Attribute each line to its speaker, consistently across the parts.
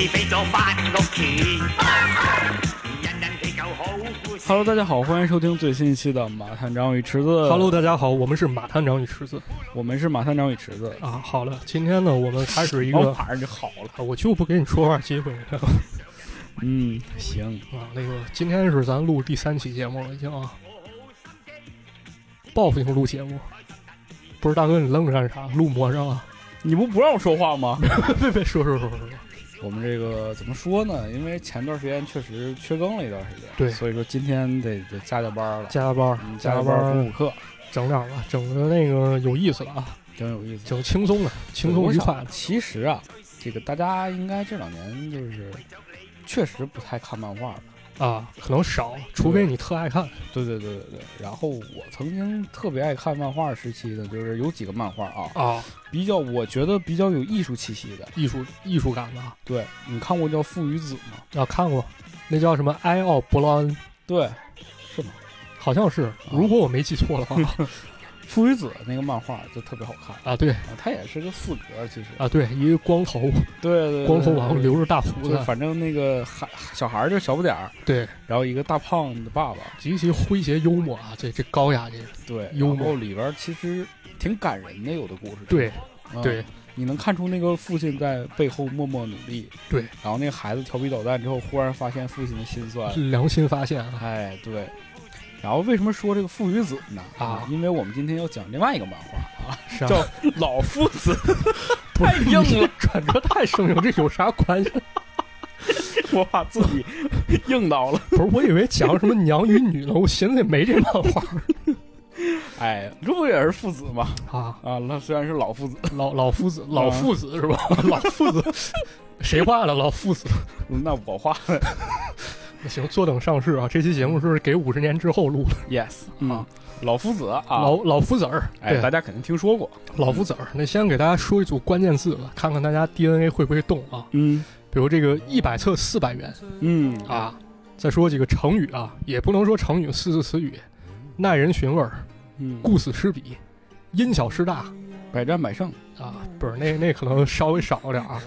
Speaker 1: 哎
Speaker 2: 到翻屋企，人人祈求好故事。
Speaker 3: Hello，大家好，欢迎收听最新一期的《马探长与池子》。
Speaker 4: Hello，大家好，我们是马探长与池子
Speaker 3: 我们是马探长与池子。哦
Speaker 4: 啊。好了，今天呢，我们开始一
Speaker 3: 然后
Speaker 4: 个，
Speaker 3: 马上就好了。
Speaker 4: 啊我就不给你说话机会啊。
Speaker 3: 嗯，行，
Speaker 4: 那个，今天是咱录第三期节目了，已经啊，报复性录节目。不是大哥，你愣着干啥？录魔上啊了？
Speaker 3: 你不不让我说话吗？
Speaker 4: 别别说说说说说，
Speaker 3: 我们这个怎么说呢？因为前段时间确实缺更了一段时间，
Speaker 4: 对
Speaker 3: 所以说今天得得加加班了，
Speaker 4: 加加班儿
Speaker 3: 嗯，
Speaker 4: 加
Speaker 3: 加
Speaker 4: 班
Speaker 3: 班
Speaker 4: 儿
Speaker 3: 补补课，
Speaker 4: 整点儿吧，整的那个有意思了啊，
Speaker 3: 真有意思，
Speaker 4: 整轻松的，轻松愉
Speaker 3: 我
Speaker 4: 快
Speaker 3: 想
Speaker 4: 的。
Speaker 3: 其实啊，这个大家应该这两年就是确实不太看漫画了。
Speaker 4: 啊，可能少，除非你特爱看
Speaker 3: 对对对对对，然后我曾经特别爱看漫画时期的，就是有几个漫画啊，
Speaker 4: 啊，
Speaker 3: 比较我觉得比较有艺术气息的。
Speaker 4: 艺术艺术感的啊
Speaker 3: 对你看过叫《父与子》吗？
Speaker 4: 啊，看过，那叫什么埃奥伯劳恩。
Speaker 3: 对，《
Speaker 4: 好像
Speaker 3: 啊
Speaker 4: 是，如果我没记错的话
Speaker 3: 父与子》那个漫画就特别好看
Speaker 4: 啊，对
Speaker 3: 啊，它也是个四格，其实
Speaker 4: 啊，对，一个光头，
Speaker 3: 对对对，
Speaker 4: 光头
Speaker 3: 对
Speaker 4: 王，留着大胡
Speaker 3: 对就是
Speaker 4: 子，
Speaker 3: 反正那个孩小孩儿就小不点儿，
Speaker 4: 对，
Speaker 3: 然后一个大胖子爸爸，
Speaker 4: 极其诙谐幽默啊，这这高雅这个，
Speaker 3: 对，
Speaker 4: 幽默
Speaker 3: 然后里边儿其实挺感人的，有的故事，
Speaker 4: 对
Speaker 3: 嗯
Speaker 4: 对，
Speaker 3: 你能看出那个父亲在背后默默努力，
Speaker 4: 对，
Speaker 3: 然后那个孩子调皮捣蛋之后，忽然发现父亲的心酸，
Speaker 4: 良心发现啊
Speaker 3: 哎，对。然后为什么说这个父与子呢？
Speaker 4: 啊
Speaker 3: 因为我们今天要讲另外一个漫画啊，
Speaker 4: 是啊
Speaker 3: 叫， 老夫子，
Speaker 4: 不是
Speaker 3: 太硬了，
Speaker 4: 你这转折太生硬，这 有啥关系？
Speaker 3: 我把自 己硬到了。
Speaker 4: 不是，我以为讲什么娘与女呢，我寻思也没这漫
Speaker 3: 哎，这不也是父子吗？
Speaker 4: 画啊，
Speaker 3: 啊，那虽然是老父子，
Speaker 4: 老老夫
Speaker 3: 啊
Speaker 4: 子，老父子 是吧？老父子， 谁画的老父子？
Speaker 3: 那我画的
Speaker 4: 行，坐等上市啊！这期节目是给五十年之后录的，
Speaker 3: yes 啊，老夫子啊，
Speaker 4: 老老夫子儿，
Speaker 3: 哎，
Speaker 4: 对
Speaker 3: 大家肯定听说过，
Speaker 4: 老夫子儿，那先给大家说一组关键字吧，看看大家 DNA 会不会动啊？
Speaker 3: 嗯
Speaker 4: 比如这个一百册四百元
Speaker 3: 嗯，
Speaker 4: 啊。再说几个成语啊，也不能说成语，四字词语，耐人寻味儿，
Speaker 3: 嗯，
Speaker 4: 顾此失彼，因小失大
Speaker 3: 百战百胜，
Speaker 4: 啊，不是那那可能稍微少点儿啊。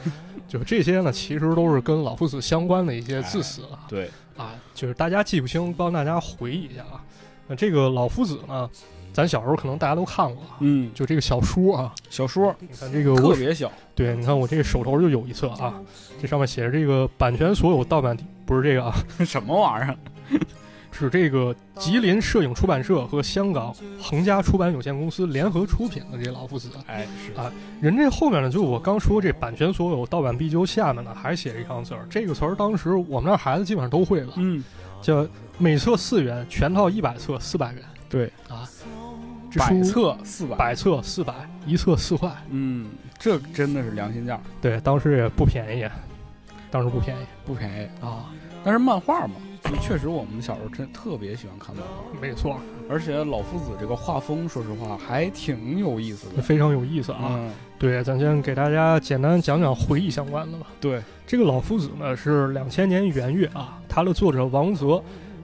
Speaker 4: 就这些呢，其实都是跟老夫子相关的一些字词啊。
Speaker 3: 对，
Speaker 4: 啊，就是大家记不清，帮大家回忆一下啊。那这个老夫子呢，咱小时候可能大家都看过啊，
Speaker 3: 嗯，
Speaker 4: 就这个小说啊，
Speaker 3: 小说
Speaker 4: 你看这个
Speaker 3: 特
Speaker 4: 我
Speaker 3: 别小，
Speaker 4: 对，你看我这个手头就有一册啊，这上面写着这个版权所有盗版不是这个啊，
Speaker 3: 什么玩意儿？
Speaker 4: 是这个吉林摄影出版社和香港恒嘉出版有限公司联合出品的这《老夫子》。
Speaker 3: 哎，是
Speaker 4: 啊人这后面呢，就我刚说这版权所有，盗版必究下面呢还写着一行字儿，这个词儿当时我们那孩子基本上都会了，
Speaker 3: 嗯，
Speaker 4: 叫每册四元，全套一百册四百元。
Speaker 3: 对
Speaker 4: 啊，这
Speaker 3: 百
Speaker 4: 书
Speaker 3: 册四百，
Speaker 4: 百册四百，一册四块，
Speaker 3: 嗯，这真的是良心价儿，
Speaker 4: 对，当时也不便宜，当时不便宜
Speaker 3: 不便宜。
Speaker 4: 啊，
Speaker 3: 但是漫画嘛，就确实我们小时候真特别喜欢看漫画，
Speaker 4: 没错，
Speaker 3: 而且老夫子这个画风，说实话还挺有意思的。
Speaker 4: 非常有意思 啊。
Speaker 3: 嗯，
Speaker 4: 对，咱先给大家简单讲讲回忆相关的吧。
Speaker 3: 对，
Speaker 4: 这个《老夫子》呢是两千年元月啊，它的作者王泽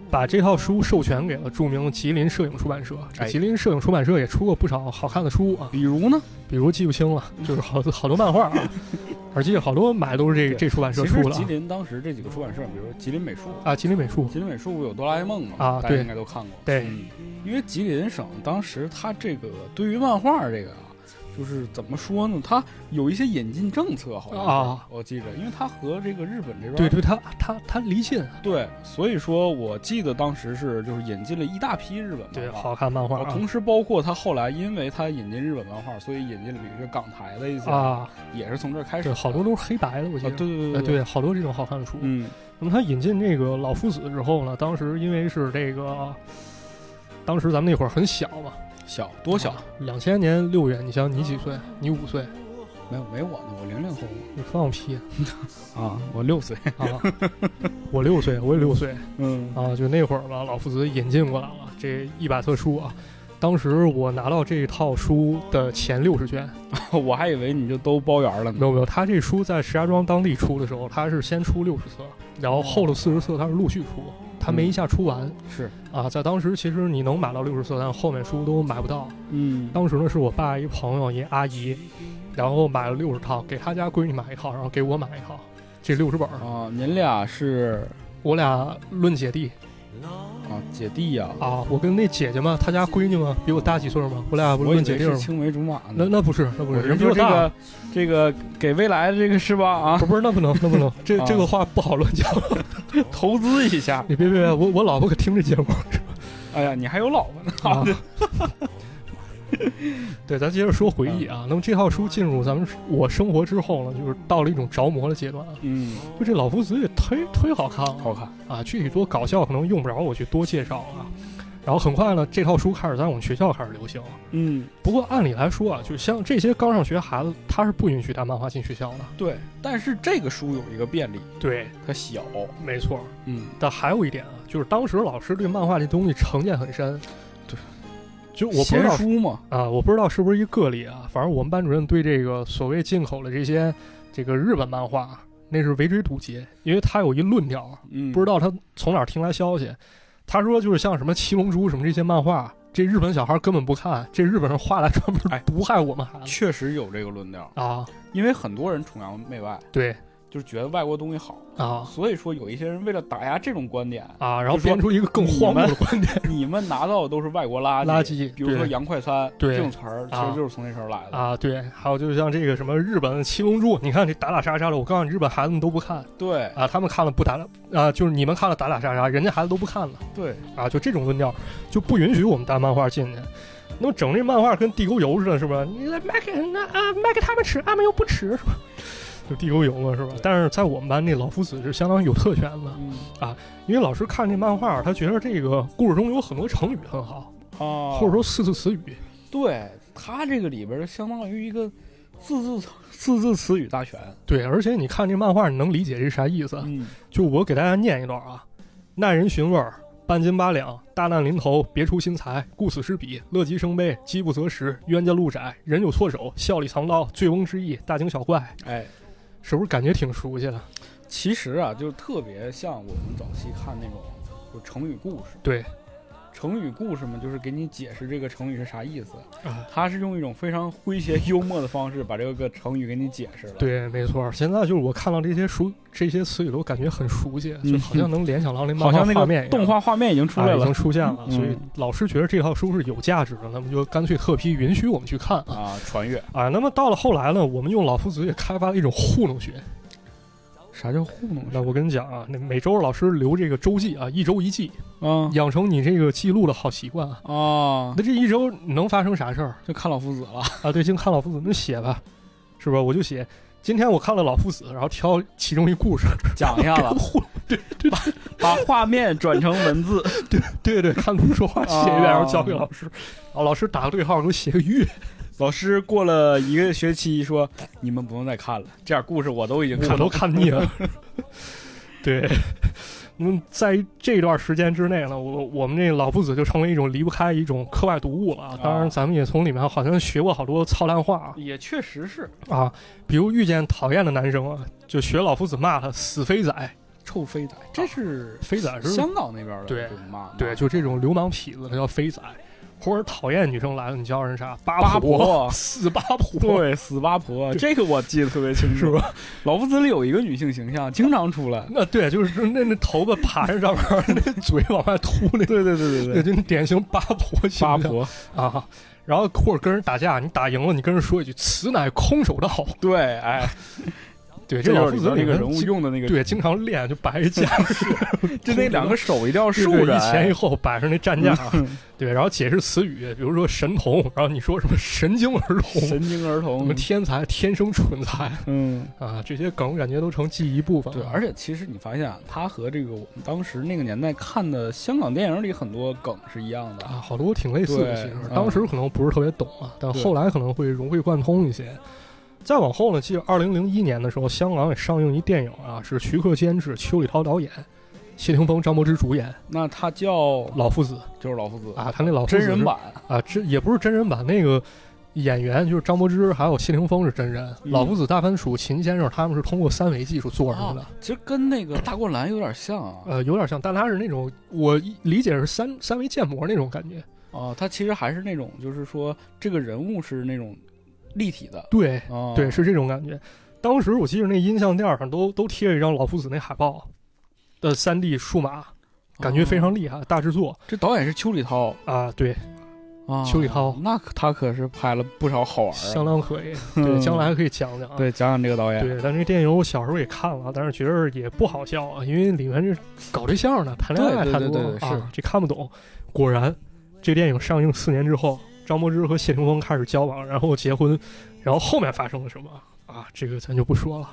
Speaker 4: 把这套书授权给了著名的吉林摄影出版社。这
Speaker 3: 哎
Speaker 4: 吉林摄影出版社也出过不少好看的书啊，
Speaker 3: 比如呢，
Speaker 4: 比如记不清了，就是好多好多漫画 啊，而且好多买都是这
Speaker 3: 对
Speaker 4: 这出版社
Speaker 3: 其实
Speaker 4: 出的
Speaker 3: 吉
Speaker 4: 啊
Speaker 3: 林当时这几个出版社，比如说吉林美术，
Speaker 4: 啊，吉林美术
Speaker 3: 吉林美术有哆啦 A 梦嘛，
Speaker 4: 啊
Speaker 3: 大家
Speaker 4: 对
Speaker 3: 应该都看过。
Speaker 4: 对
Speaker 3: 嗯，因为吉林省当时它这个对于漫画这个啊。就是怎么说呢？它有一些引进政策，好像是
Speaker 4: 啊
Speaker 3: 我记着，因为它和这个日本这边
Speaker 4: 对对，他他他离近啊，
Speaker 3: 对，所以说我记得当时是就是引进了一大批日本漫画，
Speaker 4: 对，好看漫画
Speaker 3: 然后
Speaker 4: 啊
Speaker 3: 哦同时包括他后来因为他引进日本漫画，所以引进了比如说港台的一些，
Speaker 4: 啊，
Speaker 3: 也是从这儿开始
Speaker 4: 对，
Speaker 3: 的，
Speaker 4: 好多都是黑白的，我记
Speaker 3: 啊，
Speaker 4: 得。
Speaker 3: 对对
Speaker 4: 哎
Speaker 3: 对，
Speaker 4: 对，好多这种好看的书。啊
Speaker 3: 嗯，
Speaker 4: 那么他引进这个老夫子之后呢，当时因为是这个，当时咱们那会儿很小嘛，啊
Speaker 3: 小多小？
Speaker 4: 两千年六月，你想你几岁？你五岁？
Speaker 3: 没有没我呢，我零零后
Speaker 4: 你放屁
Speaker 3: 啊，我六岁，
Speaker 4: 啊！我六岁，我也六岁
Speaker 3: 嗯
Speaker 4: 啊！就那会儿吧，老夫子引进过来了这一百册书啊。当时我拿到这套书的前六十卷，
Speaker 3: 我还以为你就都包圆了
Speaker 4: 没
Speaker 3: 呢，
Speaker 4: 有没有，他这书在石家庄当地出的时候，他是先出六十册，然后后头四十册他是陆续出，他
Speaker 3: 嗯
Speaker 4: 没一下出完。
Speaker 3: 是，
Speaker 4: 啊，在当时其实你能买到六十册，但后面书都买不到。
Speaker 3: 嗯，
Speaker 4: 当时呢是我爸一朋友一阿姨，然后买了六十套，给他家闺女买一套，然后给我买一套。这六十本儿，
Speaker 3: 啊，您俩是
Speaker 4: 我俩论姐弟
Speaker 3: 啊姐弟呀、
Speaker 4: 啊，我跟那姐姐嘛，她家闺女嘛，比我大几岁嘛，我俩不
Speaker 3: 我以
Speaker 4: 论
Speaker 3: 为
Speaker 4: 姐弟
Speaker 3: 是
Speaker 4: 嘛。
Speaker 3: 青梅竹马
Speaker 4: 那
Speaker 3: 呢。
Speaker 4: 那不是，那不是，
Speaker 3: 我是
Speaker 4: 人比
Speaker 3: 说
Speaker 4: 我
Speaker 3: 这
Speaker 4: 大，
Speaker 3: 个这个给未来的这个是吧啊
Speaker 4: 不，不是，那不能，那不能，这
Speaker 3: 啊
Speaker 4: 这个话不好乱讲。
Speaker 3: 投资一下。
Speaker 4: 你别别别，我我老婆可听这 节目。
Speaker 3: 哎呀，你还有老婆呢。
Speaker 4: 啊，对，咱接着说回忆啊。那么这套书进入咱们我生活之后呢，就是到了一种着魔的阶段啊。
Speaker 3: 嗯，
Speaker 4: 就这老夫子也忒忒好看了
Speaker 3: 好看。
Speaker 4: 啊！具体多搞笑可能用不着我去多介绍啊。然后很快呢，这套书开始在我们学校开始流行了。
Speaker 3: 嗯，
Speaker 4: 不过按理来说啊，就像这些刚上学孩子，他是不允许带漫画进学校的。
Speaker 3: 对。但是这个书有一个便利，
Speaker 4: 对，
Speaker 3: 它小。
Speaker 4: 没错。
Speaker 3: 嗯，
Speaker 4: 但还有一点啊，就是当时老师对漫画这东西成见很深。
Speaker 3: 对，
Speaker 4: 就我不知
Speaker 3: 闲
Speaker 4: 道
Speaker 3: 书嘛。
Speaker 4: 啊，我不知道是不是一个例啊，反正我们班主任对这个所谓进口的这些这个日本漫画，啊那是围追堵截，因为他有一论调啊，
Speaker 3: 嗯，
Speaker 4: 不知道他从哪儿听来消息，他说就是像什么七龙珠什么这些漫画，这日本小孩根本不看，这日本人画来专
Speaker 3: 哎
Speaker 4: 门毒害我们 孩子、
Speaker 3: 确实有这个论调，
Speaker 4: 啊，
Speaker 3: 因为很多人崇洋媚外，
Speaker 4: 对
Speaker 3: 就是觉得外国东西好，
Speaker 4: 啊
Speaker 3: 所以说有一些人为了打压这种观点，
Speaker 4: 啊，然后
Speaker 3: 就说
Speaker 4: 编出一个更荒谬的观点
Speaker 3: 你们拿到的都是外国垃圾，
Speaker 4: 垃圾
Speaker 3: 比如说
Speaker 4: 对
Speaker 3: 洋快餐
Speaker 4: 对
Speaker 3: 这种词儿，其
Speaker 4: 啊
Speaker 3: 实就是从那时候来的。
Speaker 4: 啊，对，还有就是像这个什么日本七龙珠，你看这打打杀杀的，我告诉你，日本孩子们都不看
Speaker 3: 对
Speaker 4: 啊，他们看了不打啊，就是你们看了打打杀杀，人家孩子都不看了。
Speaker 3: 对，
Speaker 4: 啊，就这种论调就不允许我们带漫画进去。那么整这漫画跟地沟油似的，是吧？你来卖给那啊，卖给他们吃，俺们又不吃，是吧？ 就地沟油嘛，是吧
Speaker 3: 对？
Speaker 4: 但是在我们班，那老夫子是相当于有特权的，
Speaker 3: 嗯
Speaker 4: 因为老师看这漫画，他觉得这个故事中有很多成语很好，
Speaker 3: 啊，
Speaker 4: 或者说四字词语
Speaker 3: 对它这个里边儿相当于一个字字词字字词语大全。
Speaker 4: 对。而且你看这漫画，你能理解这啥意思？
Speaker 3: 嗯，
Speaker 4: 就我给大家念一段啊：耐人寻味儿，半斤八两，大难临头，别出心裁，顾此失彼，乐极生悲，饥不择食，冤家路窄，人有错手，笑里藏刀，醉翁之意，大惊小怪，
Speaker 3: 哎，
Speaker 4: 是不是感觉挺熟悉的？
Speaker 3: 其实啊，就特别像我们早期看那种就成语故事。
Speaker 4: 对，
Speaker 3: 成语故事嘛，就是给你解释这个成语是啥意思。
Speaker 4: 啊，
Speaker 3: 他是用一种非常诙谐幽默的方式把这个成语给你解释了。，
Speaker 4: 对，没错。现在就是我看到这些熟这些词语都感觉很熟悉，就好像能联想到那漫
Speaker 3: 嗯好
Speaker 4: 画
Speaker 3: 像那
Speaker 4: 画面一
Speaker 3: 个动
Speaker 4: 样。
Speaker 3: 画画面已经出来
Speaker 4: 啊已
Speaker 3: 了
Speaker 4: 经出现了，
Speaker 3: 嗯
Speaker 4: 所以老师觉得这套书是有价值的，那么就干脆特批允许我们去看啊
Speaker 3: 啊，穿越。
Speaker 4: 啊。那么到了后来呢，我们用老夫子也开发了一种糊弄学，
Speaker 3: 啥叫糊弄
Speaker 4: 那我跟你讲啊，那每周老师留这个周记啊，一周一记，
Speaker 3: 啊
Speaker 4: 养成你这个记录的好习惯啊。
Speaker 3: 啊，
Speaker 4: 那这一周能发生啥事儿
Speaker 3: 就看老夫子了。
Speaker 4: 啊？对，净看老夫子，那写吧，是吧？我就写，今天我看了老夫子，然后挑其中一故事，
Speaker 3: 讲一下 子，把把画面转成文字，
Speaker 4: 对对，看图说话写一遍，
Speaker 3: 啊
Speaker 4: 然后交给老师，然后老师打个对号，给我写个月，
Speaker 3: 老师过了一个学期说：“你们不用再看了，这点故事我都已经看
Speaker 4: 我都
Speaker 3: 了。
Speaker 4: 看腻了。 对，那么在这段时间之内呢，我我们这老夫子就成为一种离不开一种课外读物了啊。当然，咱们也从里面好像学过好多操蛋话啊。
Speaker 3: 也确实是
Speaker 4: 啊，比如遇见讨厌的男生啊，就学老夫子骂他“死飞仔
Speaker 3: 臭飞仔，这是”，
Speaker 4: 飞仔是
Speaker 3: 香港那边的
Speaker 4: 对
Speaker 3: 这种骂
Speaker 4: 对，就这种流氓痞子，他叫飞仔。或者讨厌女生来了，你叫人啥？八
Speaker 3: 八
Speaker 4: 婆，
Speaker 3: 婆
Speaker 4: 死八婆，，
Speaker 3: 对死八婆，
Speaker 4: 对
Speaker 3: 这个我记得特别清
Speaker 4: 是
Speaker 3: 楚。
Speaker 4: 吧？
Speaker 3: 老夫子里有一个女性形象，经常出来。
Speaker 4: 那对，就是那那头发爬在上面，那嘴往外凸，那
Speaker 3: 对对对
Speaker 4: 那，就典型八婆 形
Speaker 3: 八
Speaker 4: 象
Speaker 3: 婆，
Speaker 4: 啊。然后或者跟人打架，你打赢了，你跟人说一句“此乃空手道
Speaker 3: 对，哎，”。
Speaker 4: 对，
Speaker 3: 这
Speaker 4: 老
Speaker 3: 就是
Speaker 4: 夫
Speaker 3: 里边那
Speaker 4: 子
Speaker 3: 个
Speaker 4: 面
Speaker 3: 人物
Speaker 4: 经
Speaker 3: 用的那个，
Speaker 4: 对，经常练就摆一架，
Speaker 3: 就那两个手一定要
Speaker 4: 对
Speaker 3: 竖
Speaker 4: 对
Speaker 3: 着，
Speaker 4: 一前一后摆上那战架。
Speaker 3: 哎嗯
Speaker 4: 对，然后解释词语，比如说神童，然后你说什么神经儿童，什
Speaker 3: 神经儿童
Speaker 4: 么，天才、天生蠢材
Speaker 3: 嗯。
Speaker 4: 啊，这些梗感觉都成记忆一部分
Speaker 3: 对
Speaker 4: 了。，
Speaker 3: 而且其实你发现啊，它和这个我们当时那个年代看的香港电影里很多梗是一样的
Speaker 4: 啊，。好多挺类似的，
Speaker 3: 对
Speaker 4: 其实
Speaker 3: 嗯
Speaker 4: 当时可能不是特别懂啊，但
Speaker 3: 对
Speaker 4: 后来可能会融会贯通一些。再往后呢，记得二零零一年的时候，香港也上映一电影啊，是徐克监制，邱礼涛导演，谢霆锋、张柏芝主演，
Speaker 3: 那它叫
Speaker 4: 《老夫子
Speaker 3: 就是老夫子》
Speaker 4: 啊，他那老夫子
Speaker 3: 真
Speaker 4: 是
Speaker 3: 人版，
Speaker 4: 啊，这也不是真人版，那个演员就是张柏芝还有谢霆锋是真人，
Speaker 3: 嗯
Speaker 4: 老夫子大番薯秦先生他们是通过三维技术做上去的。
Speaker 3: 啊其实跟那个大灌篮有点像啊。
Speaker 4: 呃，有点像，但他是那种我理解是三三维建模那种感觉。
Speaker 3: 哦，它其实还是那种，就是说这个人物是那种立体的。
Speaker 4: 对，
Speaker 3: 哦，
Speaker 4: 对，是这种感觉。当时我记得那音像店上都都贴着一张老夫子那海报的三 D 数码，感觉
Speaker 3: 哦
Speaker 4: 非常厉害，大制作
Speaker 3: 这导演是邱礼涛
Speaker 4: 啊，对，
Speaker 3: 啊，
Speaker 4: 邱礼涛
Speaker 3: 那可他可是拍了不少好玩儿
Speaker 4: 相
Speaker 3: 的。
Speaker 4: 当可以。
Speaker 3: 嗯
Speaker 4: 对，将来还可以讲讲啊。
Speaker 3: 对，讲讲这个导演，
Speaker 4: 对，但这电影我小时候也看了，但是觉得也不好笑啊，因为里面这搞对象呢，谈恋
Speaker 3: 对
Speaker 4: 爱
Speaker 3: 对
Speaker 4: 太多
Speaker 3: 对
Speaker 4: 了
Speaker 3: 对对
Speaker 4: 啊，这看不懂。果然，这电影上映四年之后，张柏芝和谢霆锋开始交往，然后结婚，然后后面发生了什么啊？这个咱就不说了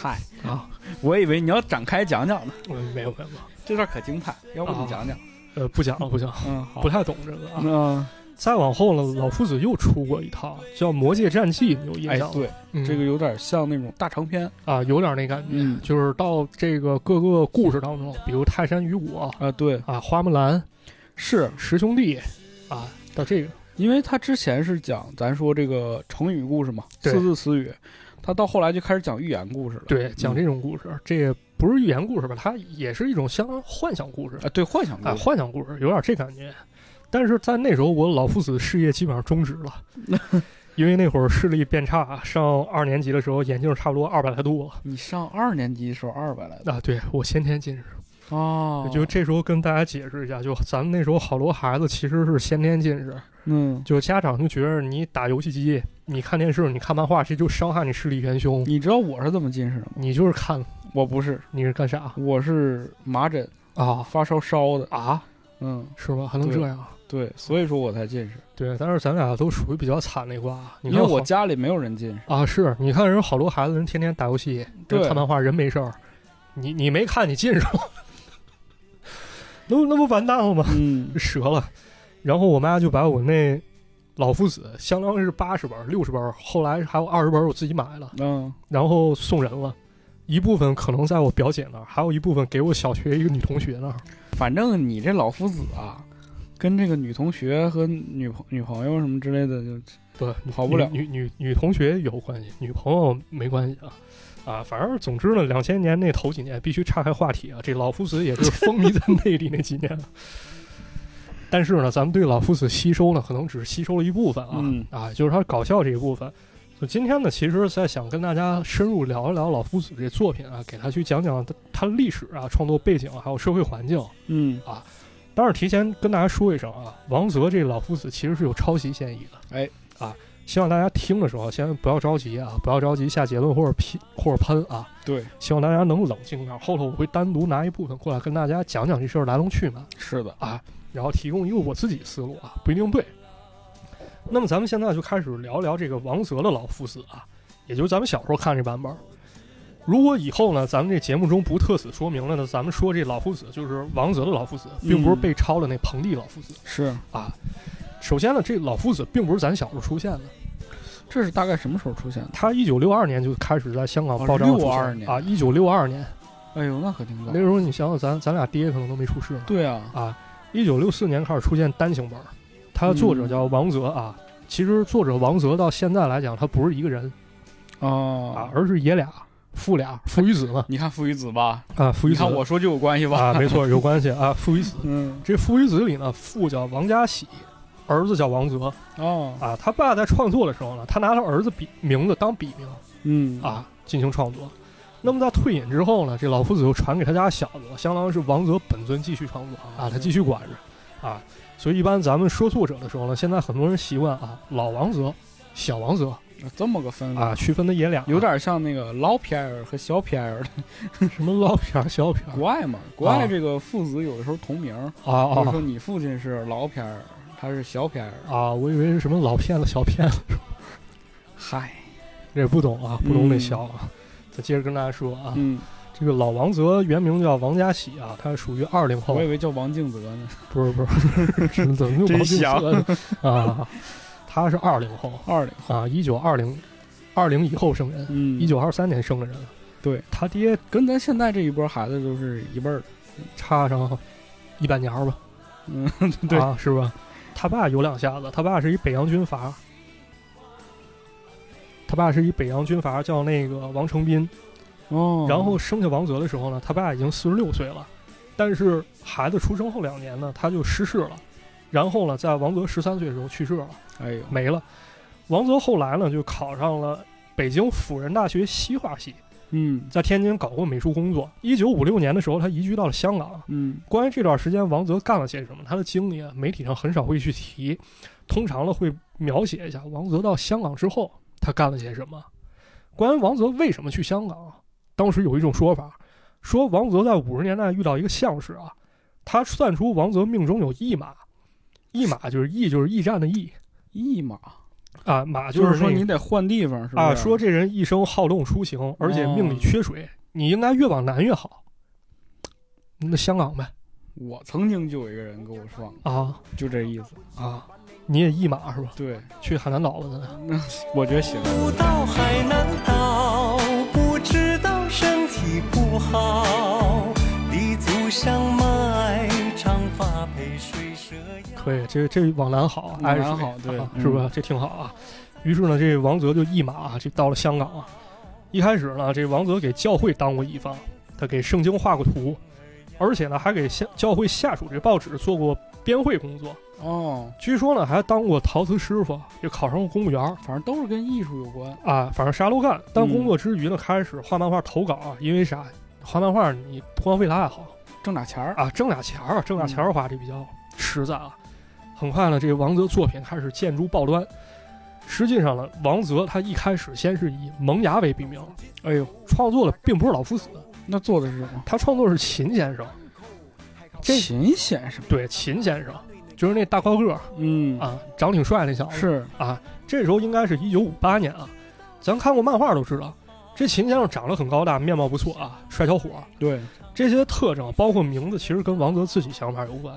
Speaker 3: 嗨，
Speaker 4: 啊，
Speaker 3: 我以为你要展开讲讲呢，
Speaker 4: 嗯没有没有没有，
Speaker 3: 这段可精彩，要不
Speaker 4: 啊
Speaker 3: 你讲讲？
Speaker 4: 呃，不讲了不讲了，
Speaker 3: 嗯，好
Speaker 4: 不，太懂这个啊。
Speaker 3: 嗯，
Speaker 4: 再往后呢，老夫子又出过一套叫《魔界战记》，你有印
Speaker 3: 哎
Speaker 4: 象吗？，
Speaker 3: 对，
Speaker 4: 嗯
Speaker 3: 这个有点像那种大长篇，
Speaker 4: 啊，有点那感觉，
Speaker 3: 嗯
Speaker 4: 就是到这个各个故事当中，比如泰山雨果啊
Speaker 3: 啊，对，
Speaker 4: 啊，花木兰。
Speaker 3: 是
Speaker 4: 十兄弟啊，到这个
Speaker 3: 因为他之前是讲咱说这个成语故事嘛，
Speaker 4: 对
Speaker 3: 四字词语，他到后来就开始讲寓言故事了，
Speaker 4: 对讲这种故事，这也不是寓言故事吧？它也是一种相当幻想故事
Speaker 3: 啊，对，幻想故
Speaker 4: 啊，
Speaker 3: 事，
Speaker 4: 幻想故事有点这感觉。但是在那时候，我老夫子事业基本上终止 了，因为那会儿视力变差，上二年级的时候眼镜差不多二百来度了
Speaker 3: 你上二年级的时候二百来的
Speaker 4: 啊。对我先天近视，
Speaker 3: 哦
Speaker 4: 就这时候跟大家解释一下，就咱们那时候好多孩子其实是先天近视，
Speaker 3: 嗯，
Speaker 4: 就家长就觉得你打游戏机、你看电视、你看漫画，这就伤害你视力元凶。
Speaker 3: 你知道我是怎么近视的吗？
Speaker 4: 你就是看，
Speaker 3: 我不是，
Speaker 4: 你是干啥
Speaker 3: 我是麻疹
Speaker 4: 啊？
Speaker 3: 发烧烧的，
Speaker 4: 啊，
Speaker 3: 嗯，
Speaker 4: 是吧？还能
Speaker 3: 对
Speaker 4: 这样？
Speaker 3: 对，所以说我才近视，
Speaker 4: 对，但是咱俩都属于比较惨那一挂。你
Speaker 3: 因
Speaker 4: 看
Speaker 3: 为我
Speaker 4: 好
Speaker 3: 家里没有人近视，
Speaker 4: 啊，是你看人好多孩子，人天天打游戏，人
Speaker 3: 对
Speaker 4: 看漫画，人没事儿。你你没看，你近视了， 那不那不完蛋了 吗？
Speaker 3: 嗯，
Speaker 4: 折了。然后我妈就把我那老夫子，相当于是八十本、六十本，后来还有二十本我自己买了，
Speaker 3: 嗯，
Speaker 4: 然后送人了。一部分可能在我表姐那儿，还有一部分给我小学一个女同学那儿。
Speaker 3: 反正你这老夫子啊，跟这个女同学和女朋女朋友什么之类的，就
Speaker 4: 不
Speaker 3: 跑不了
Speaker 4: 女女女女同学有关系，女朋友没关系啊。啊，反正总之呢，两千年那头几年必须岔开话题啊。这老夫子也是风靡在内地那几年，但是呢，咱们对老夫子吸收呢，可能只是吸收了一部分啊、
Speaker 3: 嗯
Speaker 4: 啊，就是他搞笑这一部分。所以今天呢，其实在想跟大家深入聊一聊老夫子这作品啊，给他去讲讲他他历史啊、创作背景啊，还有社会环境。
Speaker 3: 嗯，
Speaker 4: 当然，提前跟大家说一声啊，王泽这老夫子其实是有抄袭嫌疑的。
Speaker 3: 哎，
Speaker 4: 啊，希望大家听的时候先不要着急啊，不要着急下结论或者批或者喷啊，
Speaker 3: 对，
Speaker 4: 希望大家能冷静点。后头我会单独拿一部分过来跟大家讲讲这事儿来龙去脉
Speaker 3: 是的，
Speaker 4: 啊，然后提供一个我自己思路啊，不一定对。那么咱们现在就开始聊聊这个王泽的老夫子啊，也就是咱们小时候看这版本儿。如果以后呢，咱们这节目中不特此说明了呢，咱们说这老夫子就是王泽的老夫子，并不是
Speaker 3: 嗯
Speaker 4: 被抄的那彭帝老夫子。
Speaker 3: 是，
Speaker 4: 首先呢，这老夫子并不是咱小时候出现的，
Speaker 3: 这是大概什么时候出现的？
Speaker 4: 他一九六二年就开始在香港
Speaker 3: 哦
Speaker 4: 报章出现、
Speaker 3: 62年
Speaker 4: 啊，一九六二年
Speaker 3: 哎呦，那可挺早
Speaker 4: 那，时候你想想咱，咱俩爹可能都没出世呢
Speaker 3: 对啊，
Speaker 4: 啊。一九六四年开始出现单行本儿，它的作
Speaker 3: 嗯
Speaker 4: 者叫王泽啊。其实作者王泽到现在来讲，他不是一个人啊
Speaker 3: 哦，，
Speaker 4: 而是爷俩、父俩、父与子嘛
Speaker 3: 你看父与子吧，
Speaker 4: 啊，父与
Speaker 3: 你
Speaker 4: 子
Speaker 3: 看我说就有关系吧，
Speaker 4: 啊，没错，有关系啊，父与子。
Speaker 3: 嗯，
Speaker 4: 这父与子里呢，父叫王家喜，儿子叫王泽
Speaker 3: 哦，
Speaker 4: 啊。他爸在创作的时候呢，他拿他儿子笔名字当笔名，
Speaker 3: 嗯，
Speaker 4: 啊进行创作。那么在退隐之后呢，这老夫子又传给他家小子，相当于是王泽本尊继续创作啊，他继续管着啊。所以一般咱们说作者的时候呢，现在很多人习惯啊，老王泽、小王泽
Speaker 3: 这么个分法，
Speaker 4: 啊，区分的也俩，
Speaker 3: 嗯有点像那个老皮埃尔和小皮埃尔的
Speaker 4: 什么老片儿、小片儿
Speaker 3: 啊国外嘛，国外这个父子有的时候同名，比如
Speaker 4: 啊
Speaker 3: 说你父亲是老皮埃尔，他是小皮埃尔，
Speaker 4: 啊啊！我以为是什么老骗子、小骗子，
Speaker 3: 嗨，
Speaker 4: 这不懂啊，不懂那
Speaker 3: 嗯
Speaker 4: 小啊。再接着跟大家说啊，
Speaker 3: 嗯，
Speaker 4: 这个老王泽原名叫王家喜啊，他属于二零后
Speaker 3: 我以，为叫王静泽呢，
Speaker 4: 不是不是， 怎么又
Speaker 3: 真
Speaker 4: 王静
Speaker 3: 香
Speaker 4: 泽呢啊？他是二零后，
Speaker 3: 二零，
Speaker 4: 啊，一九二零二零以后生人，
Speaker 3: 嗯，
Speaker 4: 一九二三年生的人。
Speaker 3: 对
Speaker 4: 他爹
Speaker 3: 跟咱现在这一波孩子都是一辈儿的，
Speaker 4: 差上一百年儿吧，
Speaker 3: 嗯，对
Speaker 4: 啊，是吧？他爸有两下子，他爸是一北洋军阀，他爸是一北洋军阀，叫那个王承斌。
Speaker 3: 哦，
Speaker 4: 然后生下王泽的时候呢，他爸已经四十六岁了，但是孩子出生后两年呢，他就失势了。然后呢，在王泽十三岁的时候去世了，
Speaker 3: 哎呦，
Speaker 4: 没了。王泽后来呢，就考上了北京辅仁大学西画系，
Speaker 3: 嗯
Speaker 4: 在天津搞过美术工作。一九五六年的时候，他移居到了香港。
Speaker 3: 嗯
Speaker 4: 关于这段时间王泽干了些什么，他的经历啊，媒体上很少会去提，通常呢会描写一下王泽到香港之后他干了些什么。关于王泽为什么去香港，啊当时有一种说法，说王泽在五十年代遇到一个相士啊，他算出王泽命中有驿马，驿马就是驿就是驿站的驿
Speaker 3: 一码，
Speaker 4: 啊，马
Speaker 3: 就是
Speaker 4: 那
Speaker 3: 说
Speaker 4: 个
Speaker 3: 你得换地方，是哦吧？
Speaker 4: 啊，说这人一生好动出行，而且命里缺水，你应该越往南越好。那香港呗，
Speaker 3: 我曾经就有一个人跟我说，
Speaker 4: 啊
Speaker 3: 就这意思。
Speaker 4: 啊，你也一马是吧？
Speaker 3: 对，
Speaker 4: 去海南岛吧，咱
Speaker 3: 我觉得行。
Speaker 5: 不到海南岛，不知道身体不好，地租上买长发配水蛇腰。
Speaker 4: 可以，这这往南好，挨着水
Speaker 3: 往南好对
Speaker 4: 啊
Speaker 3: 嗯
Speaker 4: 是不是？这挺好啊。于是呢，这王泽就一马啊这到了香港啊。一开始呢，这王泽给教会当过一方，他给圣经画过图，而且呢还给下教会下属这报纸做过编绘工作。
Speaker 3: 哦，
Speaker 4: 据说呢还当过陶瓷师傅，也考上过公务员。
Speaker 3: 反正都是跟艺术有关。
Speaker 4: 啊，反正啥都干。但工作之余呢，开始画漫画投稿啊，因为啥？画漫画你不光为了爱好
Speaker 3: 挣俩钱儿，
Speaker 4: 啊，挣俩钱儿，挣俩钱儿花这比较嗯实在啊。很快呢，这个王泽作品开始见诸报端。实际上呢，王泽他一开始先是以萌芽为笔名，
Speaker 3: 哎呦，
Speaker 4: 创作了并不是老夫子，
Speaker 3: 那做的是什么？
Speaker 4: 他创作是秦先生。这
Speaker 3: 秦先生，
Speaker 4: 对秦先生，就是那大高个儿
Speaker 3: 嗯，
Speaker 4: 啊，长挺帅那小子。
Speaker 3: 是
Speaker 4: 啊，这时候应该是一九五八年啊，咱看过漫画都知道，这秦先生长得很高大，面貌不错啊，帅小伙儿。
Speaker 3: 对，
Speaker 4: 这些特征包括名字，其实跟王泽自己想法有关。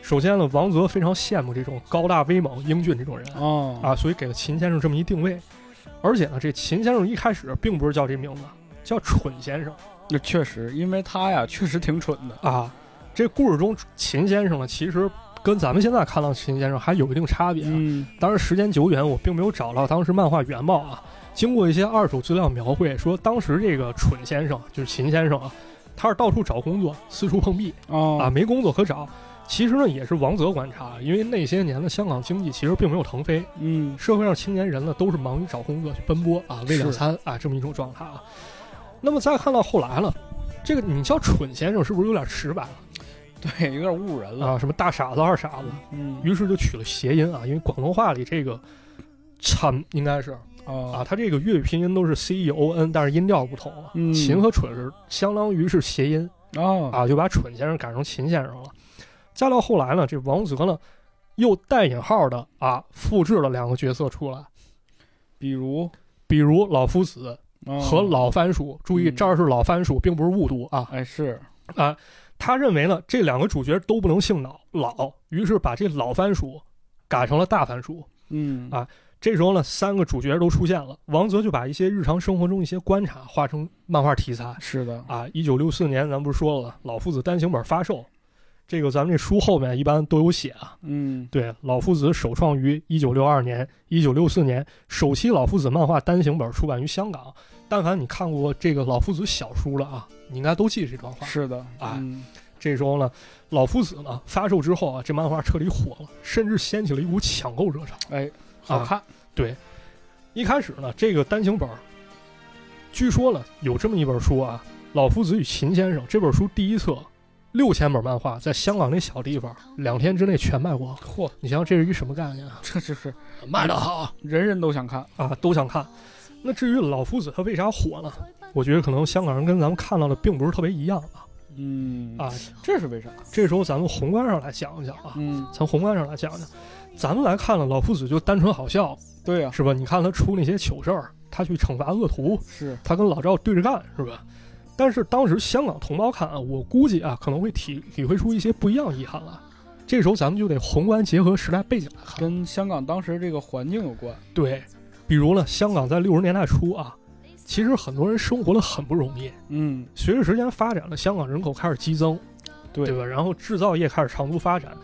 Speaker 4: 首先呢，王泽非常羡慕这种高大威猛、英俊这种人
Speaker 3: 哦，
Speaker 4: 啊，所以给了秦先生这么一定位。而且呢，这秦先生一开始并不是叫这名字，叫蠢先生
Speaker 3: 那确实，因为他呀，确实挺蠢的。
Speaker 4: 啊。这故事中秦先生呢，其实跟咱们现在看到的秦先生还有一定差别啊。
Speaker 3: 嗯，
Speaker 4: 当然时间久远，我并没有找到当时漫画原貌啊。经过一些二手资料描绘，说当时这个蠢先生就是秦先生啊，他是到处找工作，四处碰壁啊，
Speaker 3: 哦，
Speaker 4: 没工作可找。其实呢，也是王泽观察，因为那些年的香港经济其实并没有腾飞，
Speaker 3: 嗯，
Speaker 4: 社会上青年人呢都是忙于找工作去奔波啊，为两
Speaker 3: 是
Speaker 4: 餐啊这么一种状态啊。那么再看到后来了，这个你叫蠢先生是不是有点直白了
Speaker 3: 对，有点误人了。
Speaker 4: 啊？什么大傻子、二傻子，
Speaker 3: 嗯，
Speaker 4: 于是就取了谐音啊，因为广东话里这个“掺”应该是啊，
Speaker 3: 哦，
Speaker 4: 它这个粤语拼音都是 c e o n，但是音调不同啊。
Speaker 3: 嗯
Speaker 4: 秦和蠢是相当于是谐音
Speaker 3: 哦，
Speaker 4: 啊，就把蠢先生改成秦先生了。再到后来呢，这王泽呢又带引号的啊复制了两个角色出来，
Speaker 3: 比如
Speaker 4: 比如老夫子
Speaker 3: 哦
Speaker 4: 和老番薯。注意，
Speaker 3: 嗯
Speaker 4: 这儿是老番薯，并不是误读啊
Speaker 3: 哎是，
Speaker 4: 啊。他认为呢，这两个主角都不能姓老老，于是把这老番薯改成了大番薯。
Speaker 3: 嗯
Speaker 4: 啊这时候呢，三个主角都出现了。王泽就把一些日常生活中一些观察画成漫画题材
Speaker 3: 是的，
Speaker 4: 啊。一九六四年，咱不是说了，老夫子单行本发售，这个咱们这书后面一般都有写啊。
Speaker 3: 嗯
Speaker 4: 对，老夫子首创于一九六二年、一九六四年，首期老夫子漫画单行本出版于香港。但凡你看过这个老夫子小书了啊，你应该都记得这段话。
Speaker 3: 是的，
Speaker 4: 啊
Speaker 3: 嗯
Speaker 4: 这时候呢，老夫子呢发售之后啊，这漫画彻底火了，甚至掀起了一股抢购热潮。啊
Speaker 3: 哎，好看，
Speaker 4: 一开始呢，这个单行本儿，据说呢有这么一本书啊，《老夫子与秦先生》这本书第一册六千本漫画，在香港那小地方两天之内全卖光。嚯！你想想这是一什么概念啊？
Speaker 3: 这就是
Speaker 4: 卖得好
Speaker 3: 人人都想看。
Speaker 4: 啊，都想看。那至于老夫子他为啥火呢？我觉得可能香港人跟咱们看到的并不是特别一样啊
Speaker 3: 嗯，
Speaker 4: 啊。
Speaker 3: 这是为啥？
Speaker 4: 这时候咱们宏观上来讲一讲啊，
Speaker 3: 嗯，
Speaker 4: 从宏观上来讲讲，咱们来看了老夫子就单纯好笑
Speaker 3: 对啊呀，
Speaker 4: 是吧？你看他出那些糗事儿，他去惩罚恶徒，
Speaker 3: 是，
Speaker 4: 他跟老赵对着干，是吧？但是当时香港同胞看啊，我估计啊，可能会体体会出一些不一样的遗憾来。这时候咱们就得宏观结合时代背景来看，
Speaker 3: 跟香港当时这个环境有关。
Speaker 4: 对，比如呢，香港在六十年代初啊，其实很多人生活的很不容易。
Speaker 3: 嗯，
Speaker 4: 随着时间发展呢，香港人口开始激增，
Speaker 3: 对
Speaker 4: 对吧？然后制造业开始长足发展，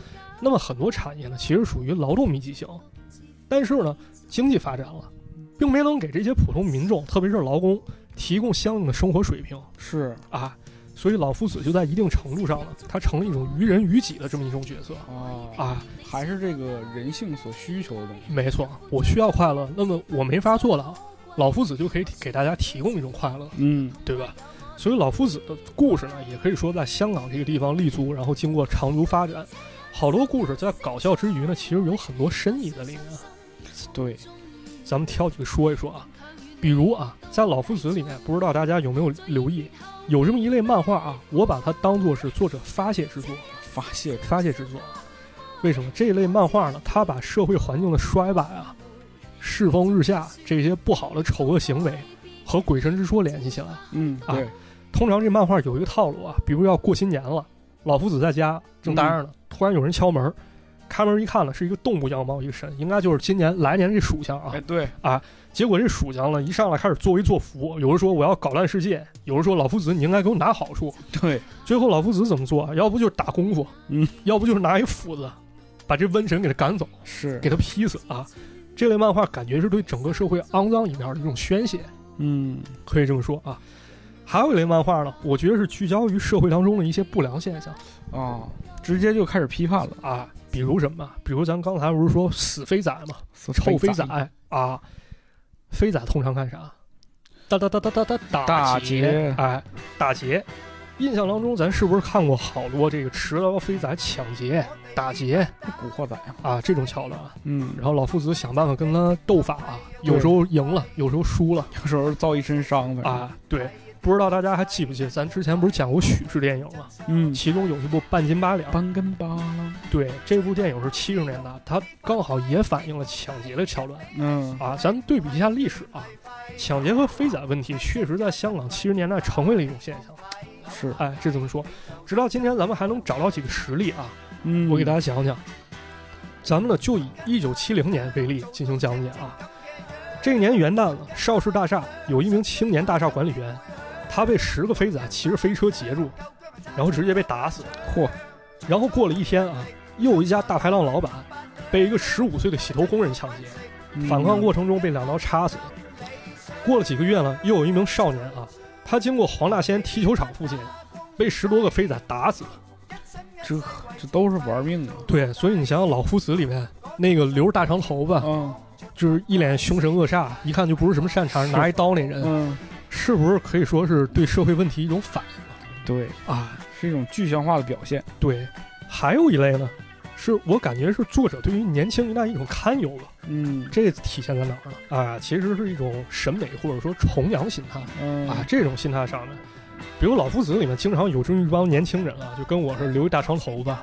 Speaker 4: 那么很多产业呢，其实属于劳动密集型，但是呢，经济发展了，并没能给这些普通民众，特别是劳工，提供相应的生活水平。
Speaker 3: 是
Speaker 4: 啊，所以老夫子就在一定程度上呢，他成了一种于人于己的这么一种角色
Speaker 3: 哦，
Speaker 4: 啊。
Speaker 3: 还是这个人性所需求的东西。
Speaker 4: 没错，我需要快乐，那么我没法做到，老夫子就可以给大家提供一种快乐，
Speaker 3: 嗯
Speaker 4: 对吧？所以老夫子的故事呢，也可以说在香港这个地方立足，然后经过长足发展，好多故事在搞笑之余呢，其实有很多深意在里面。啊
Speaker 3: 嗯对，
Speaker 4: 咱们挑几个说一说啊。比如啊，在《老夫子》里面，不知道大家有没有留意，有这么一类漫画啊，我把它当做是作者发泄之作，
Speaker 3: 发泄
Speaker 4: 发泄之作。啊为什么这一类漫画呢？它把社会环境的衰败啊、世风日下这些不好的丑恶行为和鬼神之说联系起来。
Speaker 3: 嗯
Speaker 4: 啊
Speaker 3: 对，
Speaker 4: 通常这漫画有一个套路啊，比如要过新年了，老夫子在家正待着呢，突然有人敲门，开门一看呢，是一个动物妖猫一个神，应该就是今年来年这属相啊
Speaker 3: 哎。对，
Speaker 4: 结果这属相呢，一上来开始作威作福，有人说我要搞烂世界，有人说老夫子你应该给我拿好处。
Speaker 3: 对，
Speaker 4: 最后老夫子怎么做啊？要不就是打功夫，
Speaker 3: 嗯，
Speaker 4: 要不就是拿一斧子把这瘟神给他赶走，
Speaker 3: 是
Speaker 4: 给，他劈死啊。这类漫画感觉是对整个社会肮脏一面的一种宣泄。
Speaker 3: 嗯
Speaker 4: 可以这么说啊。还有一类漫画呢，我觉得是聚焦于社会当中的一些不良现象
Speaker 3: 啊，直接就开始批判了，
Speaker 4: 啊，比如什么啊？比如咱刚才不是说死飞仔嘛，臭
Speaker 3: 肥
Speaker 4: 飞仔啊，飞仔通常干啥？大大大大大大
Speaker 3: 打
Speaker 4: 劫
Speaker 3: 劫！
Speaker 4: 哎，打劫！印象当中，咱是不是看过好多这个持刀飞仔抢劫、打劫
Speaker 3: 古惑仔，
Speaker 4: 啊这种桥段啊？
Speaker 3: 嗯，
Speaker 4: 然后老夫子想办法跟他斗法啊，有时候赢了，有时候输了。
Speaker 3: 有时候遭一身伤的，
Speaker 4: 啊，对，不知道大家还记不记得，咱之前不是讲过许氏电影吗？
Speaker 3: 嗯，
Speaker 4: 其中有一部《半斤八两》，
Speaker 3: 班跟巴郎，
Speaker 4: 对，这部电影是七十年代，它刚好也反映了抢劫的桥段
Speaker 3: 嗯
Speaker 4: 啊。咱们对比一下历史啊，抢劫和飞仔问题确实在香港七十年代成为了一种现象。
Speaker 3: 是，
Speaker 4: 哎，这怎么说？直到今天，咱们还能找到几个实例啊。
Speaker 3: 嗯，
Speaker 4: 我给大家讲讲，咱们呢就以一九七零年为例进行讲解啊。这一年元旦了，邵氏大厦有一名青年大厦管理员，他被十个飞仔骑着飞车截住，然后直接被打死。
Speaker 3: 嚯，
Speaker 4: 然后过了一天啊，又有一家大排档老板被一个十五岁的洗头工人抢劫，
Speaker 3: 嗯
Speaker 4: 反抗过程中被两刀插死。过了几个月呢，又有一名少年啊，他经过黄大仙踢球场附近，被十多个飞仔打死。
Speaker 3: 这这都是玩命的，
Speaker 4: 对，所以你想想《老夫子》里面那个留着大长头发，
Speaker 3: 嗯
Speaker 4: 就是一脸凶神恶煞，一看就不是什么善茬，
Speaker 3: 是
Speaker 4: 拿一刀那人，
Speaker 3: 嗯，
Speaker 4: 是不是可以说是对社会问题一种反
Speaker 3: 对，
Speaker 4: 应啊？
Speaker 3: 是一种具象化的表现，
Speaker 4: 对，还有一类呢，是我感觉是作者对于年轻一代一种堪忧吧，
Speaker 3: 嗯
Speaker 4: 这体现在哪儿呢？啊，其实是一种审美或者说崇洋心态
Speaker 3: 嗯
Speaker 4: 啊，这种心态上面。比如《老夫子》里面经常有这么一帮年轻人啊，就跟我是留一大长头发，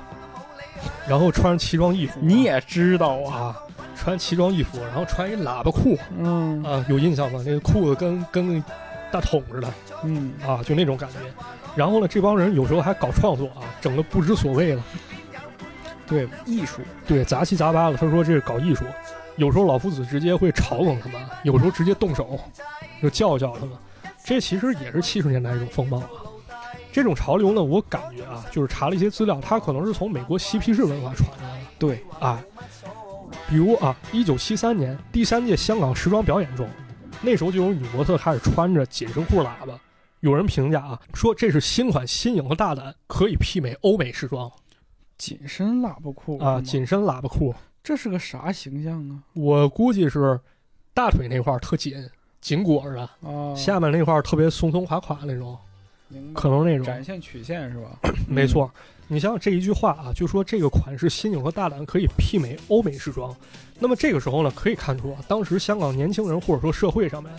Speaker 4: 然后穿上奇装异服啊，
Speaker 3: 你也知道啊，
Speaker 4: 啊，穿奇装异服，然后穿一喇叭裤
Speaker 3: 嗯
Speaker 4: 啊，有印象吗？那个裤子跟跟那大桶似的
Speaker 3: 嗯，
Speaker 4: 啊，就那种感觉。然后呢，这帮人有时候还搞创作啊，整的不知所谓了，
Speaker 3: 对，艺术，
Speaker 4: 对，杂七杂八的。他说这是搞艺术，有时候老夫子直接会嘲讽他们，有时候直接动手，就教育教育他们。这其实也是七十年代一种风貌啊。这种潮流呢，我感觉啊，就是查了一些资料，它可能是从美国嬉皮士文化传来的。
Speaker 3: 对，
Speaker 4: 啊，比如啊，一九七三年第三届香港时装表演中，那时候就有女模特开始穿着紧身裤喇叭。有人评价啊，说这是新款新颖和大胆，可以媲美欧美时装
Speaker 3: 紧身喇叭裤
Speaker 4: 啊，
Speaker 3: 哦是吗
Speaker 4: 紧身喇叭裤。
Speaker 3: 这是个啥形象啊？
Speaker 4: 我估计是大腿那块儿特紧，紧裹着的，
Speaker 3: 啊，
Speaker 4: 下面那块儿特别松松垮垮那种，
Speaker 3: 明白
Speaker 4: 可能那种
Speaker 3: 展。现曲线是吧？
Speaker 4: 没错，你想想这一句话啊，就说这个款式新颖和大胆，可以媲美欧美时装。那么这个时候呢，可以看出啊，当时香港年轻人或者说社会上面，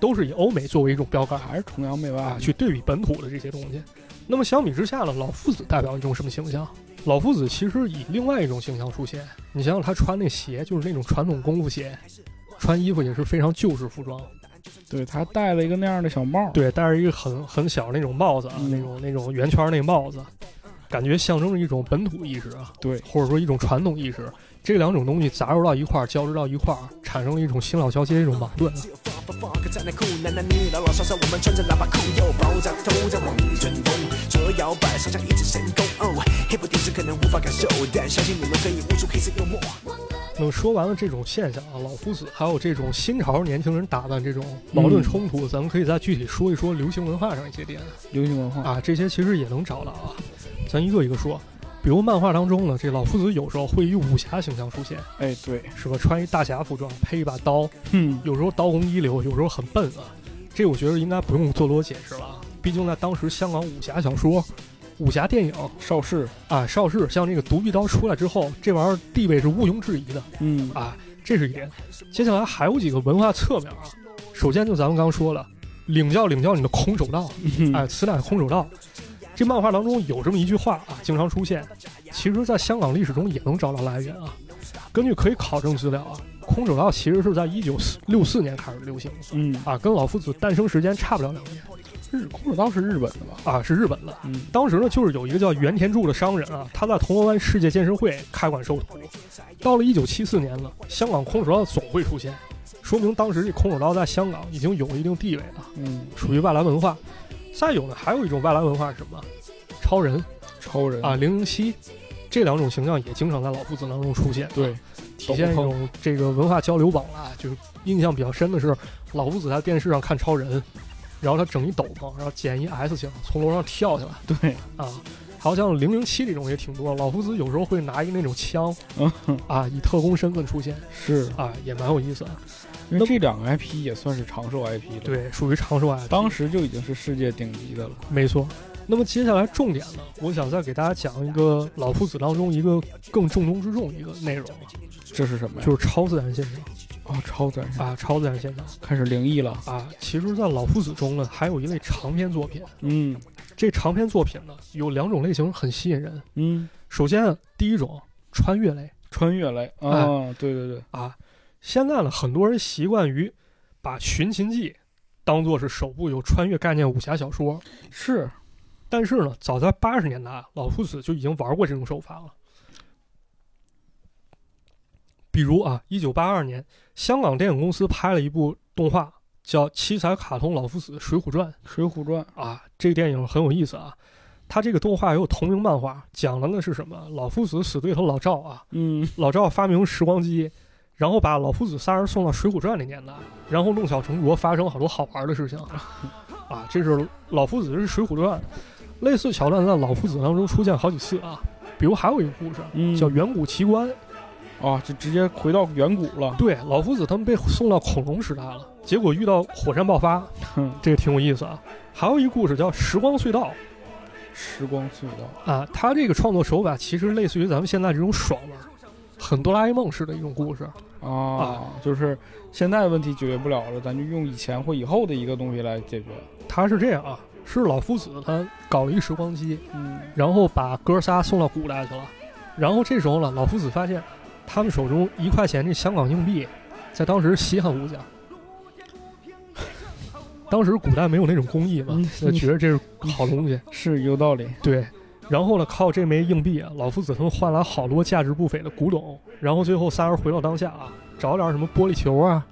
Speaker 4: 都是以欧美作为一种标杆
Speaker 3: 还是崇洋媚外
Speaker 4: 啊，去对比本土的这些东西。那么相比之下呢，老夫子代表一种什么形象？老夫子其实以另外一种形象出现。你想想他穿那鞋，就是那种传统功夫鞋，穿衣服也是非常旧式服装，
Speaker 3: 对他戴了一个那样的小帽，，
Speaker 4: 对，戴着一个很很小的那种帽子啊，
Speaker 3: 嗯
Speaker 4: 那种那种圆圈儿那个帽子，感觉象征着一种本土意识啊，
Speaker 3: 对
Speaker 4: 或者说一种传统意识，这两种东西杂糅到一块儿，交织到一块儿，产生了一种新老交接的一种矛盾啊。
Speaker 1: 发发发个站在酷男男女老老少少，我们穿着喇叭裤，又包着头在往前冲，左摇摆，手上一直伸弓。哦，hip hop 底子可能无法感受，但相信你们可以悟出黑色幽默。
Speaker 4: 那么说完了这种现象啊，老夫子还有这种新潮年轻人打扮这种矛盾冲突，咱们可以再具体说一说流行文化上一些点
Speaker 3: 流行文化，
Speaker 4: 啊啊，这些其实也能找到啊，咱一个一个说。比如漫画当中呢，这老夫子有时候会以武侠形象出现，
Speaker 3: 哎，对，
Speaker 4: 是吧？穿一大侠服装，配一把刀，
Speaker 3: 嗯，
Speaker 4: 有时候刀红一流，有时候很笨啊。这我觉得应该不用做多解释了啊，毕竟在当时香港武侠小说、武侠电影
Speaker 3: 邵氏，
Speaker 4: 啊，邵氏像这个独臂刀出来之后，这玩意儿地位是毋庸置疑的
Speaker 3: 嗯
Speaker 4: 啊，这是一点。接下来还有几个文化侧面啊，首先就咱们刚说了，领教领教你的空手道，
Speaker 3: 嗯
Speaker 4: 哎，此乃空手道。这漫画当中有这么一句话啊，经常出现，其实在香港历史中也能找到来源啊。根据可以考证资料啊，空手道其实是在一九六四年开始流行的
Speaker 3: 嗯，
Speaker 4: 啊，跟老夫子诞生时间差不了两年
Speaker 3: 日空手道是日本的吧？
Speaker 4: 啊，是日本的。
Speaker 3: 嗯
Speaker 4: 当时呢，就是有一个叫原田柱的商人啊，他在铜锣湾世界健身会开馆授徒。到了一九七四年了，香港空手道总会出现，说明当时这空手道在香港已经有一定地位啊了，
Speaker 3: 嗯，
Speaker 4: 属于外来文化。再有呢，还有一种外来文化是什么？超人
Speaker 3: 超人
Speaker 4: 啊，，零零七，这两种形象也经常在老夫子当中出现，
Speaker 3: 对，
Speaker 4: 体现一
Speaker 3: 抖
Speaker 4: 种这个文化交流网啊。就是印象比较深的是，老夫子在电视上看超人，然后他整一斗篷，然后剪一 S 型，从楼上跳下来。
Speaker 3: 对，
Speaker 4: 啊，好像零零七这种也挺多。老夫子有时候会拿一个那种枪
Speaker 3: 嗯，
Speaker 4: 啊，以特工身份出现
Speaker 3: 是
Speaker 4: 啊，也蛮有意思的。
Speaker 3: 因为这两个 IP 也算是长寿 IP 了，，
Speaker 4: 对，属于长寿啊爱。
Speaker 3: 当时就已经是世界顶级的了。
Speaker 4: 没错。那么接下来重点呢，我想再给大家讲一个老夫子当中一个更重中之重的一个内容啊，
Speaker 3: 这是什么呀？
Speaker 4: 就是超自然现象
Speaker 3: 哦，超自然
Speaker 4: 啊，超自然现象
Speaker 3: 开始灵异了。
Speaker 4: 啊。其实，在老夫子中呢，还有一类长篇作品。
Speaker 3: 嗯
Speaker 4: 这长篇作品呢，有两种类型很吸引人。
Speaker 3: 嗯，
Speaker 4: 首先，第一种穿越类，
Speaker 3: 穿越来啊，对对对，
Speaker 4: 啊，现在呢，很多人习惯于把《寻秦记》当做是首部有穿越概念武侠小说，
Speaker 3: 是
Speaker 4: 但是呢，早在八十年代，啊老夫子就已经玩过这种手法了。比如啊，一九八二年，香港电影公司拍了一部动画，叫《七彩卡通老夫子水浒传
Speaker 3: 《水浒传》》
Speaker 4: 啊，这个电影很有意思啊。它这个动画也有同名漫画，讲的呢是什么？老夫子死对头老赵啊，
Speaker 3: 嗯，
Speaker 4: 老赵发明时光机，然后把老夫子仨人送到《水浒传》那年代，然后弄巧成拙，发生好多好玩的事情。啊，这是老夫子是《水浒传》，类似桥段在老夫子当中出现好几次啊。比如还有一个故事
Speaker 3: 嗯
Speaker 4: 叫远古奇观，
Speaker 3: 啊，就直接回到远古了。
Speaker 4: 对，老夫子他们被送到恐龙时代了，结果遇到火山爆发，
Speaker 3: 哼，
Speaker 4: 这个挺有意思啊。还有一个故事叫时光隧道
Speaker 3: 时光隧道，
Speaker 4: 啊，它这个创作手法其实类似于咱们现在这种爽文，很哆啦 A 梦式的一种故事。
Speaker 3: 啊，就是现在问题解决不了了，咱就用以前或以后的一个东西来解决。
Speaker 4: 他是这样啊，是老夫子他搞了一时光机，
Speaker 3: 嗯
Speaker 4: 然后把哥仨送到古代去了。然后这时候呢，老夫子发现他们手中一块钱这香港硬币，在当时稀罕无价。当时古代没有那种工艺嘛
Speaker 3: 嗯，
Speaker 4: 就觉得这是好东西。
Speaker 3: 是有道理。
Speaker 4: 对，然后呢，靠这枚硬币啊，老夫子他们换来好多价值不菲的古董。然后最后仨人回到当下啊，找点什么玻璃球啊、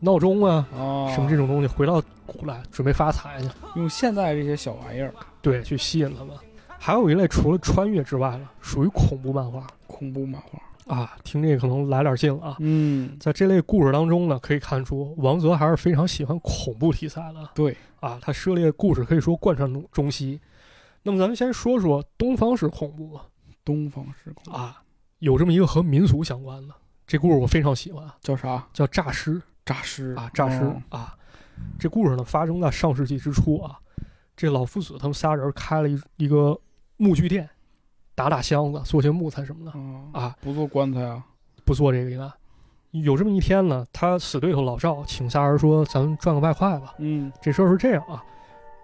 Speaker 4: 闹钟啊
Speaker 3: 啊，
Speaker 4: 什么这种东西，回到古代准备发财去。
Speaker 3: 用现在这些小玩意儿，
Speaker 4: 对，去吸引他们。还有一类除了穿越之外呢，属于恐怖漫画
Speaker 3: 恐怖漫画。
Speaker 4: 啊，听这个可能来点劲了啊。
Speaker 3: 嗯，
Speaker 4: 在这类故事当中呢，可以看出王泽还是非常喜欢恐怖题材的
Speaker 3: 对，
Speaker 4: 啊，他涉猎故事可以说贯穿中中西。那么咱们先说说东方式恐怖吧
Speaker 3: 东方时空
Speaker 4: 啊，有这么一个和民俗相关的这故事，我非常喜欢，啊
Speaker 3: 叫啥？
Speaker 4: 叫诈尸。
Speaker 3: 诈尸
Speaker 4: 啊，诈尸、
Speaker 3: 哦
Speaker 4: 啊。这故事呢，发生在上世纪之初啊。这老夫子他们仨人开了一一个木具店，打打箱子，做些木材什么的
Speaker 3: 啊，
Speaker 4: 啊。
Speaker 3: 不做棺材啊？
Speaker 4: 不做这个应该。有这么一天呢，他死对头老赵请仨人说：“咱们赚个外快吧。
Speaker 3: 嗯”
Speaker 4: 这事儿是这样啊，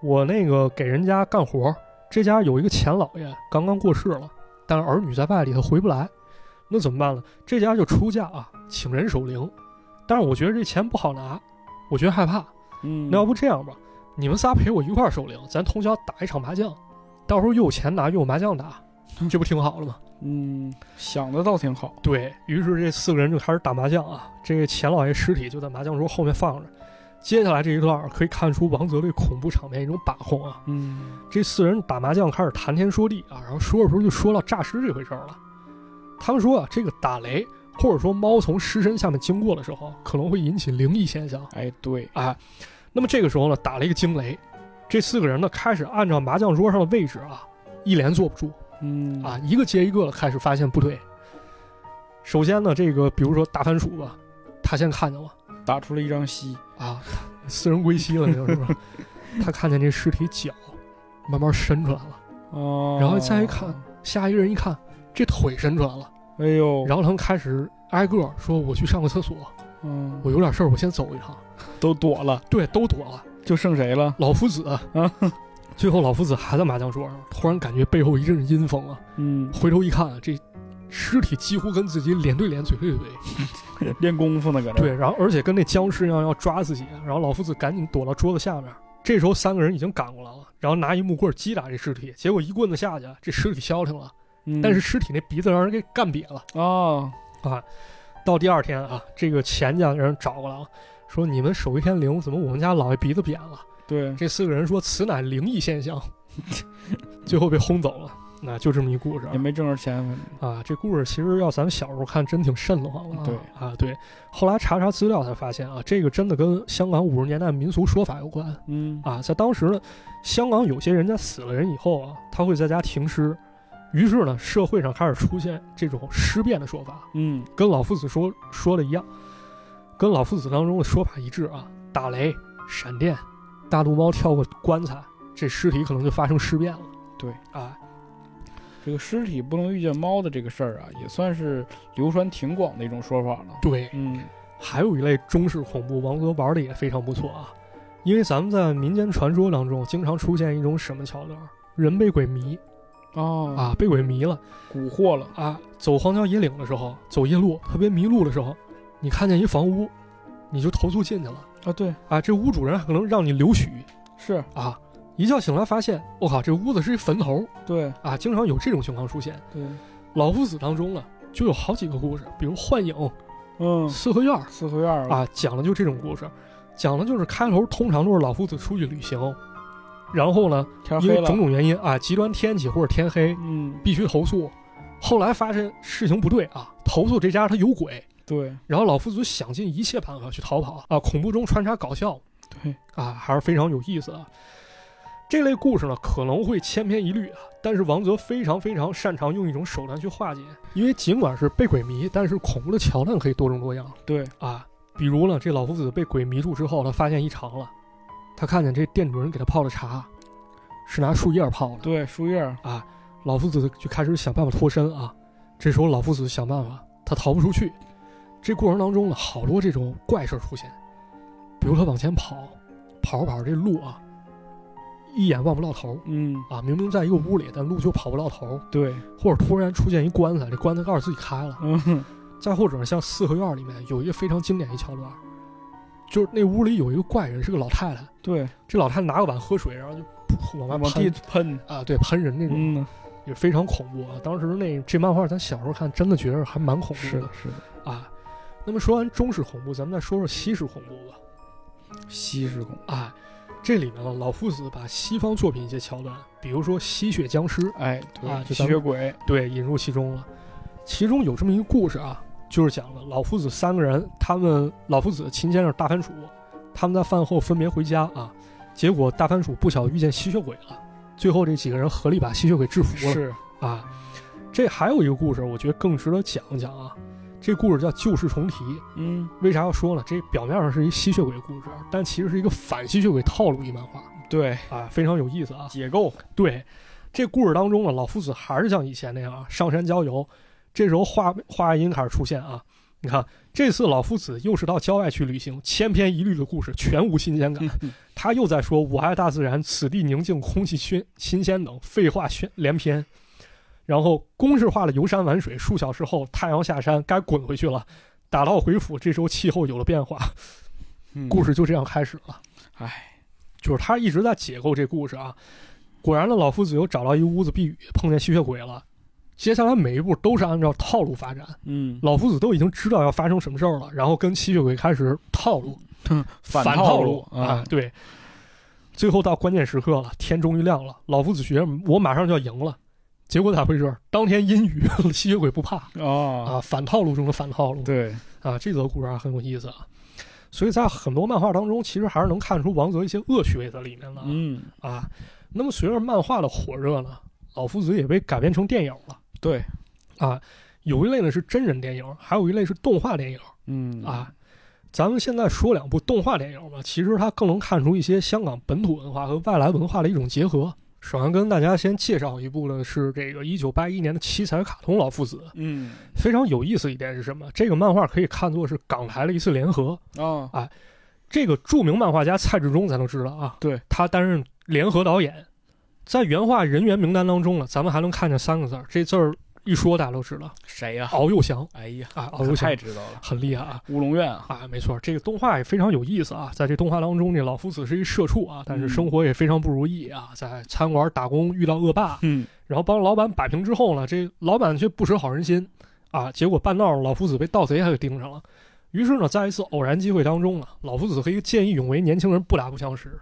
Speaker 4: 我那个给人家干活儿，这家有一个钱老爷刚刚过世了，但是儿女在外里头回不来，那怎么办呢？这家就出价啊，请人守灵，但是我觉得这钱不好拿，我觉得害怕，
Speaker 3: 嗯，
Speaker 4: 那要不这样吧，你们仨陪我一块儿守灵，咱通宵打一场麻将，到时候又有钱拿，又有麻将 打，这不挺好了吗？
Speaker 3: 嗯，想的倒挺好。
Speaker 4: 对于是，这四个人就开始打麻将啊。这个钱老爷尸体就在麻将桌后面放着。接下来这一段可以看出王泽对恐怖场面一种把控啊。
Speaker 3: 嗯，
Speaker 4: 这四人打麻将开始谈天说地啊，然后说着说着就说到诈尸这回事儿了。他们说啊，这个打雷或者说猫从尸身下面经过的时候，可能会引起灵异现象。
Speaker 3: 哎，对，
Speaker 4: 哎，那么这个时候呢，打了一个惊雷，这四个人呢开始按照麻将桌上的位置啊，一连坐不住，
Speaker 3: 嗯
Speaker 4: 啊，，一个接一个开始发现不对。首先呢，这个比如说大番薯吧，他先看见了
Speaker 3: 打出了一张息，
Speaker 4: 啊， 私人归西了，你说是吧？ 他看见这尸体脚慢慢伸出来了，
Speaker 3: 哦，
Speaker 4: 然后再一看，下一个人一看，这腿伸出来了，
Speaker 3: 哎呦，
Speaker 4: 然后他们开始挨个儿说：“我去上个厕所，
Speaker 3: 嗯，
Speaker 4: 我有点事儿，我先走一趟。
Speaker 3: 都躲了，”
Speaker 4: 对，都躲了。
Speaker 3: 就剩谁了？
Speaker 4: 老夫子啊， 最后老夫子还在麻将桌上，突然感觉背后一阵阴风啊，
Speaker 3: 嗯，
Speaker 4: 回头一看，这尸体几乎跟自己脸对脸、嘴对嘴。
Speaker 3: 练功夫呢，搁这儿，
Speaker 4: 对，然后而且跟那僵尸一样要抓自己，然后老夫子赶紧躲到桌子下面。这时候三个人已经赶过来了，然后拿一木棍击打这尸体，结果一棍子下去，这尸体消停了，
Speaker 3: 嗯
Speaker 4: 但是尸体那鼻子让人给干瘪了
Speaker 3: 啊，
Speaker 4: 啊。到第二天啊，这个钱家人找过来了，说你们守一天灵，怎么我们家老爷鼻子扁了？
Speaker 3: 对，
Speaker 4: 这四个人说此乃灵异现象，最后被轰走了。那就这么一故事啊
Speaker 3: 也没挣着钱，反正
Speaker 4: 啊，这故事其实要咱们小时候看，真挺瘆得慌的啊。
Speaker 3: 对
Speaker 4: 啊，对。后来查查资料才发现啊，这个真的跟香港五十年代民俗说法有关
Speaker 3: 嗯
Speaker 4: 啊。在当时呢，香港有些人家死了人以后啊，他会在家停尸，于是呢，社会上开始出现这种尸变的说法，
Speaker 3: 嗯，
Speaker 4: 跟老夫子说说的一样，跟老夫子当中的说法一致啊，打雷、闪电、大肚猫跳过棺材，这尸体可能就发生尸变了。
Speaker 3: 对
Speaker 4: 啊，
Speaker 3: 这个尸体不能遇见猫的这个事儿啊，也算是流传挺广的一种说法了。
Speaker 4: 对，
Speaker 3: 嗯
Speaker 4: 还有一类中式恐怖，王哥玩的也非常不错啊。因为咱们在民间传说当中，经常出现一种什么桥段儿？人被鬼迷
Speaker 3: 哦
Speaker 4: 啊，被鬼迷了
Speaker 3: 蛊惑了，
Speaker 4: 啊！走荒郊野岭的时候，走夜路特别迷路的时候，你看见一房屋，你就投宿进去了
Speaker 3: 啊，对，
Speaker 4: 啊。这屋主人还可能让你流血
Speaker 3: 是
Speaker 4: 啊，一觉醒来发现，我靠，这屋子是一坟头
Speaker 3: 对
Speaker 4: 啊！经常有这种情况出现。
Speaker 3: 对，
Speaker 4: 老夫子当中呢，就有好几个故事，比如幻影、
Speaker 3: 嗯，
Speaker 4: 四合院儿
Speaker 3: 四合院儿
Speaker 4: 啊，讲的就这种故事，讲的就是开头通常都是老夫子出去旅行，然后呢，
Speaker 3: 天
Speaker 4: 因
Speaker 3: 黑
Speaker 4: 为
Speaker 3: 了，
Speaker 4: 种种原因啊，极端天气或者天黑，
Speaker 3: 嗯，
Speaker 4: 必须投宿。后来发现事情不对啊，投宿这家他有鬼，
Speaker 3: 对
Speaker 4: 然后老夫子想尽一切办法去逃跑啊，恐怖中穿插搞笑
Speaker 3: 对，
Speaker 4: 啊，还是非常有意思的。这类故事呢可能会千篇一律啊，但是王泽非常非常擅长用一种手段去化解，因为尽管是被鬼迷，但是恐怖的桥段可以多种多样。
Speaker 3: 对，
Speaker 4: 啊，比如呢，这老夫子被鬼迷住之后，他发现异常了，他看见这店主人给他泡的茶，是拿树叶泡的。
Speaker 3: 对，树叶儿，
Speaker 4: 老夫子就开始想办法脱身啊。这时候老夫子想办法，他逃不出去。这过程当中呢，好多这种怪事儿出现，比如他往前跑，跑着跑着这路啊，一眼望不到头
Speaker 3: 嗯，
Speaker 4: 啊，明明在一个屋里，但路就跑不到头，
Speaker 3: 对，
Speaker 4: 或者突然出现一棺材，这棺材盖儿自己开了。
Speaker 3: 嗯 哼，
Speaker 4: 再或者像四合院里面有一个非常经典一桥段，就是那屋里有一个怪人，是个老太太，
Speaker 3: 对，
Speaker 4: 这老太太拿个碗喝水，然后就噗往外
Speaker 3: 往
Speaker 4: 喷
Speaker 3: 地喷，
Speaker 4: 啊，对，喷人那种、
Speaker 3: 嗯，
Speaker 4: 也非常恐怖啊。当时那这漫画咱小时候看，真的觉得还蛮恐怖
Speaker 3: 是
Speaker 4: 嗯的
Speaker 3: 的，是的，
Speaker 4: 啊。那么说完中式恐怖，咱们再说说西式恐怖吧。
Speaker 3: 西施公，
Speaker 4: 啊，这里面呢，老夫子把西方作品一些桥段，比如说吸血僵尸，
Speaker 3: 哎，
Speaker 4: 啊
Speaker 3: 对，吸
Speaker 4: 就咱
Speaker 3: 血
Speaker 4: 们
Speaker 3: 鬼，
Speaker 4: 对，引入其中了。其中有这么一个故事啊，就是讲了老夫子三个人，他们老夫子、秦先生、大番薯，他们在饭后分别回家啊，结果大番薯不巧遇见吸血鬼了，最后这几个人合力把吸血鬼制服了
Speaker 3: 是，
Speaker 4: 啊。这还有一个故事，我觉得更值得讲一讲啊。这故事叫旧事重提，
Speaker 3: 嗯，
Speaker 4: 为啥要说呢？这表面上是一吸血鬼故事，但其实是一个反吸血鬼套路一漫画
Speaker 3: 对，
Speaker 4: 啊，非常有意思啊。
Speaker 3: 解构，
Speaker 4: 对，这故事当中呢，老夫子还是像以前那样啊，上山郊游。这时候画画外音开始出现啊，你看这次老夫子又是到郊外去旅行，千篇一律的故事，全无新鲜感。他又在说“我爱大自然，此地宁静，空气新新鲜”等废话宣连篇。然后公式化的游山玩水，数小时后太阳下山，该滚回去了。打道回府，这时候气候有了变化，故
Speaker 3: 事，
Speaker 4: 事就这样开始了。
Speaker 3: 哎，
Speaker 4: 就是他一直在解构这故事啊。果然呢，老夫子又找到一屋子避雨，碰见吸血鬼了。接下来每一步都是按照套路发展，
Speaker 3: 嗯，
Speaker 4: 老夫子都已经知道要发生什么事儿了，然后跟吸血鬼开始 套路，
Speaker 3: 嗯反
Speaker 4: 反
Speaker 3: 套
Speaker 4: 路啊
Speaker 3: 啊，，
Speaker 4: 对。最后到关键时刻了，天终于亮了，老夫子觉得我马上就要赢了，结果咋回事？当天阴雨， 吸血鬼不怕
Speaker 3: 哦，
Speaker 4: 啊，反套路中的反套路。
Speaker 3: 对，
Speaker 4: 啊，这则故事还很有意思啊。所以在很多漫画当中，其实还是能看出王泽一些恶趣味在里面的啊。
Speaker 3: 嗯，
Speaker 4: 啊。那么随着漫画的火热呢，老夫子也被改编成电影了
Speaker 3: 对，
Speaker 4: 啊。有一类呢是真人电影，还有一类是动画电影
Speaker 3: 嗯
Speaker 4: 啊。咱们现在说两部动画电影吧，其实它更能看出一些香港本土文化和外来文化的一种结合。首先跟大家先介绍一部呢，是这个一九八一年的七彩卡通《老夫子》。
Speaker 3: 嗯
Speaker 4: 非常有意思一点是什么？这个漫画可以看作是港台的一次联合。
Speaker 3: 啊
Speaker 4: 这个著名漫画家蔡志忠才能知道啊，
Speaker 3: 对
Speaker 4: 他担任联合导演，在原画人员名单当中呢，啊咱们还能看见三个字儿，这字儿一说大家都知道，
Speaker 3: 谁呀？
Speaker 4: 敖幼祥
Speaker 3: 啊哎呀，
Speaker 4: 啊，敖
Speaker 3: 我
Speaker 4: 幼祥
Speaker 3: 太知道了，
Speaker 4: 很厉害啊。
Speaker 3: 乌龙院啊，
Speaker 4: 啊，没错，这个动画也非常有意思啊。在这动画当中，这老夫子是一社畜啊，但
Speaker 3: 嗯
Speaker 4: 是生活也非常不如意啊，在餐馆打工遇到恶霸，
Speaker 3: 嗯
Speaker 4: 然后帮老板摆平之后呢，这老板却不识好人心啊，结果半道儿老夫子被盗贼还给盯上了。于是呢，在一次偶然机会当中呢，啊老夫子和一个见义勇为年轻人不打不相识。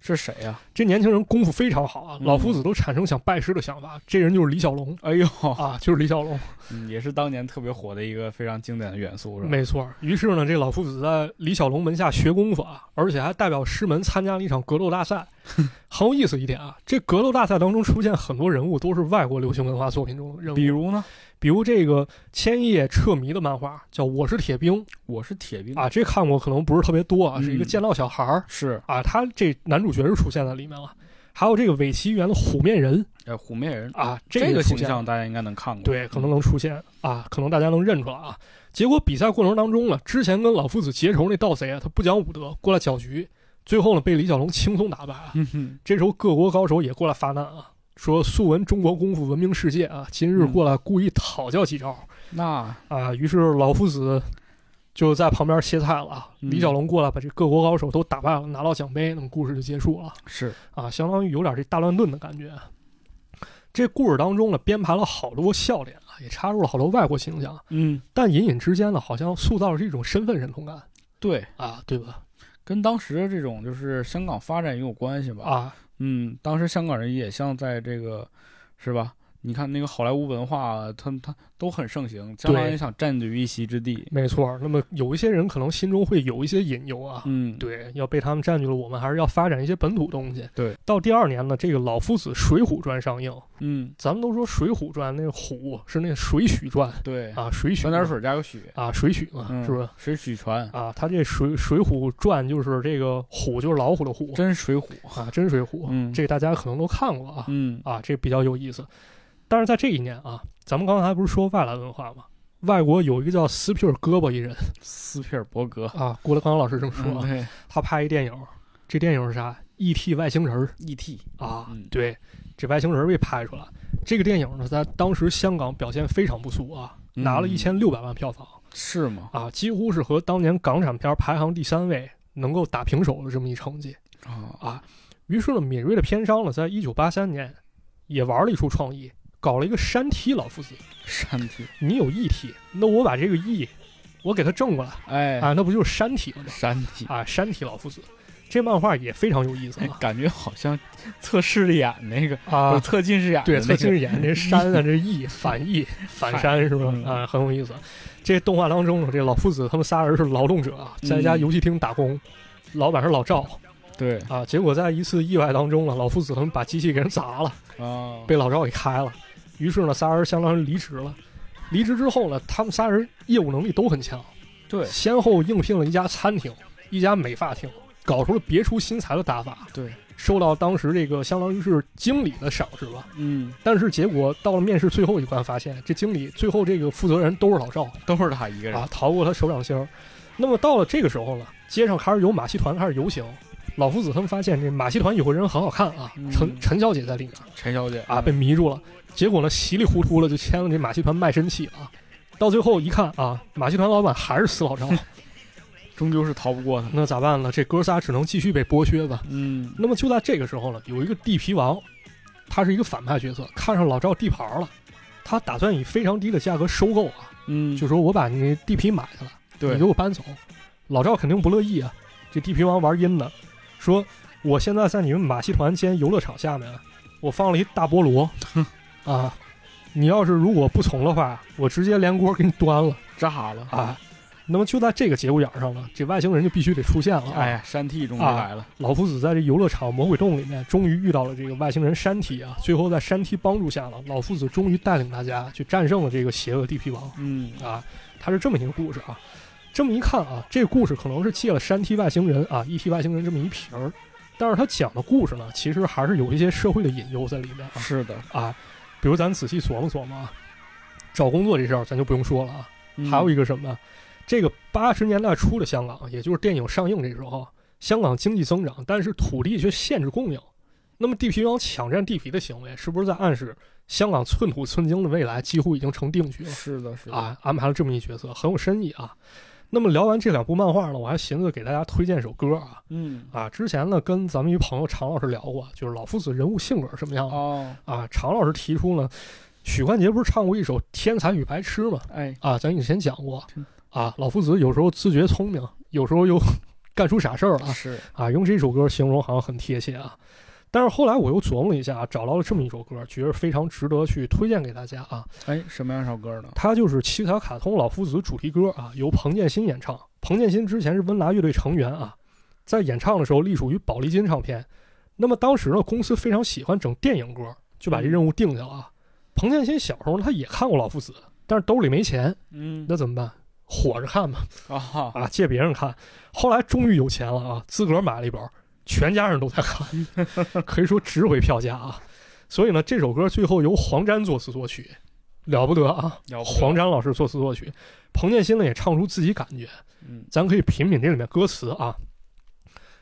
Speaker 3: 是谁呀？
Speaker 4: 这年轻人功夫非常好啊，
Speaker 3: 嗯
Speaker 4: 老夫子都产生想拜师的想法。这人就是李小龙
Speaker 3: 哎呦，
Speaker 4: 啊，就是李小龙，
Speaker 3: 嗯也是啊当年特别火的一个非常经典的元素，是吧？
Speaker 4: 没错儿。于是呢，这老夫子在李小龙门下学功夫啊，而且还代表师门参加了一场格斗大赛。很有意思一点啊，这格斗大赛当中出现很多人物都是外国流行文化作品中的人物，
Speaker 3: 比如呢，
Speaker 4: 比如这个千叶彻迷的漫画叫《我是铁兵
Speaker 3: 我是铁兵》，
Speaker 4: 啊，这看过可能不是特别多啊，
Speaker 3: 嗯
Speaker 4: 是一个剑道小孩儿
Speaker 3: 是
Speaker 4: 啊，他这男主角是出现在里面了。还有这个尾崎园的虎面人
Speaker 3: 呃虎面人
Speaker 4: 啊，
Speaker 3: 这
Speaker 4: 个
Speaker 3: 个
Speaker 4: 出
Speaker 3: 形
Speaker 4: 现
Speaker 3: 象大家应该能看过，
Speaker 4: 对，可能能出现啊，可能大家能认出来啊。结果比赛过程当中呢，之前跟老夫子结仇那盗贼啊，他不讲武德，过来搅局，最后呢被李小龙轻松打败啊。
Speaker 3: 嗯哼
Speaker 4: 这时候各国高手也过来发难啊，说素闻中国功夫闻名世界啊，今日
Speaker 3: 嗯
Speaker 4: 过来故意讨教几招。
Speaker 3: 那
Speaker 4: 啊，于是老夫子就在旁边歇菜了啊。
Speaker 3: 嗯
Speaker 4: 李小龙过来把这各国高手都打败了，拿到奖杯，那么故事就结束了
Speaker 3: 是
Speaker 4: 啊，相当于有点这大乱炖的感觉。啊这故事当中呢，编排了好多笑脸啊，也插入了好多外国形象，啊
Speaker 3: 嗯
Speaker 4: 但隐隐之间呢，好像塑造了是一种身份认同感
Speaker 3: 对，
Speaker 4: 啊，对吧？
Speaker 3: 跟当时的这种就是香港发展也有关系吧？
Speaker 4: 啊，
Speaker 3: 嗯，当时香港人也像在这个，是吧？你看那个好莱坞文化，啊它它都很盛行，香港
Speaker 4: 对
Speaker 3: 也想占据一席之地。
Speaker 4: 没错儿。那么有一些人可能心中会有一些隐忧啊，
Speaker 3: 嗯，
Speaker 4: 对，要被他们占据了，我们还是要发展一些本土东西。
Speaker 3: 对，
Speaker 4: 到第二年呢，这个老夫子《水浒传》上映，
Speaker 3: 嗯，
Speaker 4: 咱们都说《水浒传》，那个虎是那《水浒传
Speaker 3: 对》，
Speaker 4: 啊，水浒
Speaker 3: 选点水加个许，
Speaker 4: 啊，水浒嘛，
Speaker 3: 嗯
Speaker 4: 是不是？
Speaker 3: 水许传，
Speaker 4: 啊，他这水水浒传就是这个虎，就是老虎的虎
Speaker 3: 真水浒。
Speaker 4: 啊，真水浒，
Speaker 3: 嗯
Speaker 4: 这个大家可能都看过啊，
Speaker 3: 嗯，
Speaker 4: 啊，这比较有意思。但是在这一年啊，咱们刚才不是说外来文化吗？外国有一个叫斯皮尔胳膊一人
Speaker 3: 斯皮尔伯格
Speaker 4: 啊，郭德纲老师这么说
Speaker 3: 嗯
Speaker 4: 啊，
Speaker 3: 对
Speaker 4: 他拍一电影，这电影是啥？E.T. 外星人儿
Speaker 3: ，E.T.
Speaker 4: 啊，
Speaker 3: 嗯
Speaker 4: 对，这外星人儿被拍出来。这个电影呢，在当时香港表现非常不俗啊，拿了一千六百万票房
Speaker 3: 是吗？
Speaker 4: 啊，几乎是和当年港产片排行第三位能够打平手的这么一成绩。
Speaker 3: 啊
Speaker 4: 啊于是呢，敏锐的片商呢，在一九八三年也玩了一出创意，搞了一个山 T 老夫子。
Speaker 3: 山体，
Speaker 4: 你有 E T，那我把这个 E，我给它正过来
Speaker 3: 哎，
Speaker 4: 啊，那不就是山 T 了吗？
Speaker 3: 山体，
Speaker 4: 啊，山 T 老夫子，这漫画也非常有意思
Speaker 3: 哎
Speaker 4: 啊。
Speaker 3: 感觉好像测视力眼那个，不是
Speaker 4: 啊，
Speaker 3: 测近视眼的
Speaker 4: 对，
Speaker 3: 哎那
Speaker 4: 侧
Speaker 3: 个
Speaker 4: 近视眼这山啊，这 E 反 E 反山是吧
Speaker 3: 嗯？
Speaker 4: 啊，很有意思。这动画当中呢，这老夫子他们仨人是劳动者啊，在一家
Speaker 3: 嗯
Speaker 4: 游戏厅打工，老板是老赵
Speaker 3: 对
Speaker 4: 啊。结果在一次意外当中啊呢，老夫子他们把机器给人砸了，
Speaker 3: 啊，
Speaker 4: 被老赵给开了。于是呢，仨人相当于离职了。离职之后呢，他们仨人业务能力都很强，
Speaker 3: 对
Speaker 4: 先后应聘了一家餐厅、一家美发厅，搞出了别出心裁的打法，
Speaker 3: 对，
Speaker 4: 受到当时这个相当于是经理的赏识吧。
Speaker 3: 嗯，
Speaker 4: 但是结果到了面试最后一关，发现这经理最后这个负责人都是老赵
Speaker 3: 都是他一个人
Speaker 4: 啊，逃过他手掌心儿。那么到了这个时候呢，街上开始有马戏团开始游行，老夫子他们发现这马戏团有个人很好看啊，
Speaker 3: 嗯
Speaker 4: 陈陈小姐在里面
Speaker 3: 陈小姐嗯
Speaker 4: 啊，被迷住了。结果呢，稀里糊涂了就签了这马戏团卖身契啊。到最后一看啊，马戏团老板还是死老赵，
Speaker 3: 终究是逃不过他。
Speaker 4: 那咋办呢？这哥仨只能继续被剥削吧。
Speaker 3: 嗯，
Speaker 4: 那么就在这个时候呢，有一个地皮王，他是一个反派角色，看上老赵地盘了，他打算以非常低的价格收购啊，
Speaker 3: 嗯，
Speaker 4: 就说我把你地皮买下来，
Speaker 3: 对
Speaker 4: 你给，我搬走。老赵肯定不乐意啊，这地皮王玩阴的，说我现在在你们马戏团兼游乐场下面，我放了一大 菠萝，啊，你要是如果不从的话，我直接连锅给你端了
Speaker 3: 炸了
Speaker 4: 啊！那么就在这个节骨眼上了，这外星人就必须得出现了。啊
Speaker 3: 哎，，山 T 终于来了，
Speaker 4: 老夫子在这游乐场魔鬼洞里面，终于遇到了这个外星人山体啊。最后在山体帮助下呢，老夫子终于带领大家去战胜了这个邪恶地皮王
Speaker 3: 嗯
Speaker 4: 啊。他是这么一个故事啊。这么一看啊，这个故事可能是借了山体外星人啊、E.T. 外星人这么一瓶儿，但是他讲的故事呢，其实还是有一些社会的隐忧在里面啊。
Speaker 3: 是的，
Speaker 4: 啊，比如咱仔细琢磨琢磨啊，找工作这事儿咱就不用说了啊。
Speaker 3: 嗯
Speaker 4: 还有一个什么，这个八十年代初的香港，也就是电影上映这时候，香港经济增长，但是土地却限制供应。那么地皮王抢占地皮的行为，是不是在暗示香港寸土寸金的未来几乎已经成定局了？
Speaker 3: 是的，是的，
Speaker 4: 啊，安排了这么一角色，很有深意啊。那么聊完这两部漫画呢，我还寻思给大家推荐一首歌啊
Speaker 3: 嗯
Speaker 4: 啊！之前呢，跟咱们一朋友常老师聊过，就是老夫子人物性格是什么样的
Speaker 3: 哦，
Speaker 4: 啊？常老师提出呢，许冠杰不是唱过一首《天才与白痴》吗？
Speaker 3: 哎，
Speaker 4: 啊，咱以前讲过
Speaker 3: 真
Speaker 4: 啊，老夫子有时候自觉聪明，有时候又 干出傻事儿了
Speaker 3: 是，
Speaker 4: 啊，用这首歌形容好像很贴切啊。但是后来我又琢磨了一下，找到了这么一首歌，觉得非常值得去推荐给大家啊。
Speaker 3: 哎，什么样一首歌呢？
Speaker 4: 它就是《七彩卡通老夫子》主题歌啊，由彭建新演唱。彭建新之前是温拿乐队成员啊，在演唱的时候隶属于宝丽金唱片。那么当时呢，公司非常喜欢整电影歌，就把这任务定下了啊。彭建新小时候呢他也看过老夫子，但是兜里没钱，
Speaker 3: 嗯
Speaker 4: 那怎么办？火着看吧，
Speaker 3: 啊，
Speaker 4: 啊，借别人看。后来终于有钱了啊，自个儿买了一本，全家人都在看， 可以说值回票价啊。所以呢，这首歌最后由黄沾作词作曲，了不得啊！
Speaker 3: 了不得
Speaker 4: 黄沾老师作词作曲，彭建新呢也唱出自己感觉。
Speaker 3: 嗯，
Speaker 4: 咱可以品品这里面歌词啊，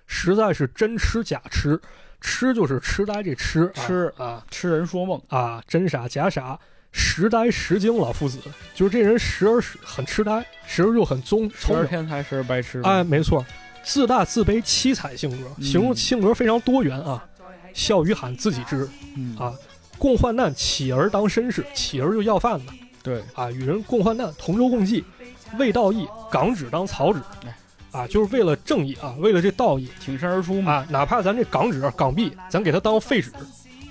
Speaker 4: 实在是真痴假痴，痴就是痴呆这痴啊，
Speaker 3: 痴
Speaker 4: 啊，
Speaker 3: 痴人说梦，
Speaker 4: 啊，真傻假傻，时呆时精老夫子，就是这人时而是很痴呆，时而又很宗
Speaker 3: 时
Speaker 4: 聪
Speaker 3: 而
Speaker 4: 明。
Speaker 3: 天才，时而白痴，
Speaker 4: 哎，，没错，自大自卑七彩性格，
Speaker 3: 嗯
Speaker 4: 形容性格非常多元啊。笑与喊自己知，
Speaker 3: 嗯
Speaker 4: 啊共患难，起而当绅士，起而就要饭的
Speaker 3: 对，
Speaker 4: 啊，与人共患难，同舟共济，为道义，港纸当草纸
Speaker 3: 哎。
Speaker 4: 啊，就是为了正义啊，为了这道义
Speaker 3: 挺身而出嘛，
Speaker 4: 啊，哪怕咱这港纸、港币，咱给它当废纸，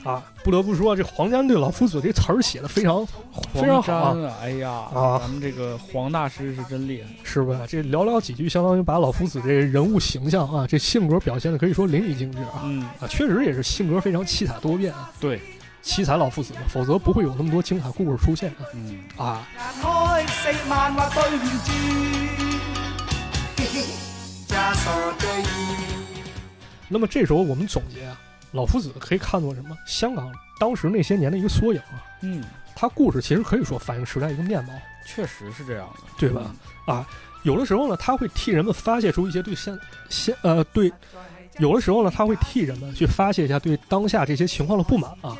Speaker 4: 啊，不得不说这黄沾对老夫子这词儿写的非常非常
Speaker 3: 黄
Speaker 4: 好
Speaker 3: 沾
Speaker 4: 啊，
Speaker 3: 啊，哎呀，
Speaker 4: 啊
Speaker 3: 咱们这个黄大师是真厉害，
Speaker 4: 是吧？这寥寥几句，相当于把老夫子这人物形象啊，这性格表现的可以说淋漓尽致啊。
Speaker 3: 嗯，
Speaker 4: 啊，确实也是性格非常七彩多变啊，
Speaker 3: 对，
Speaker 4: 七彩老夫子嘛，否则不会有那么多精彩故事出现啊。
Speaker 3: 嗯，
Speaker 4: 啊，
Speaker 5: 开四萬或對唔住， 假傻嘅
Speaker 4: 那么这时候我们总结啊，老夫子可以看作什么？香港当时那些年的一个缩影啊。
Speaker 3: 嗯，
Speaker 4: 它故事其实可以说反映时代一个面貌，
Speaker 3: 确实是这样的，
Speaker 4: 对吧？啊有的时候呢，它会替人们发泄出一些对现现呃对，有的时候呢，它会替人们去发泄一下对当下这些情况的不满啊。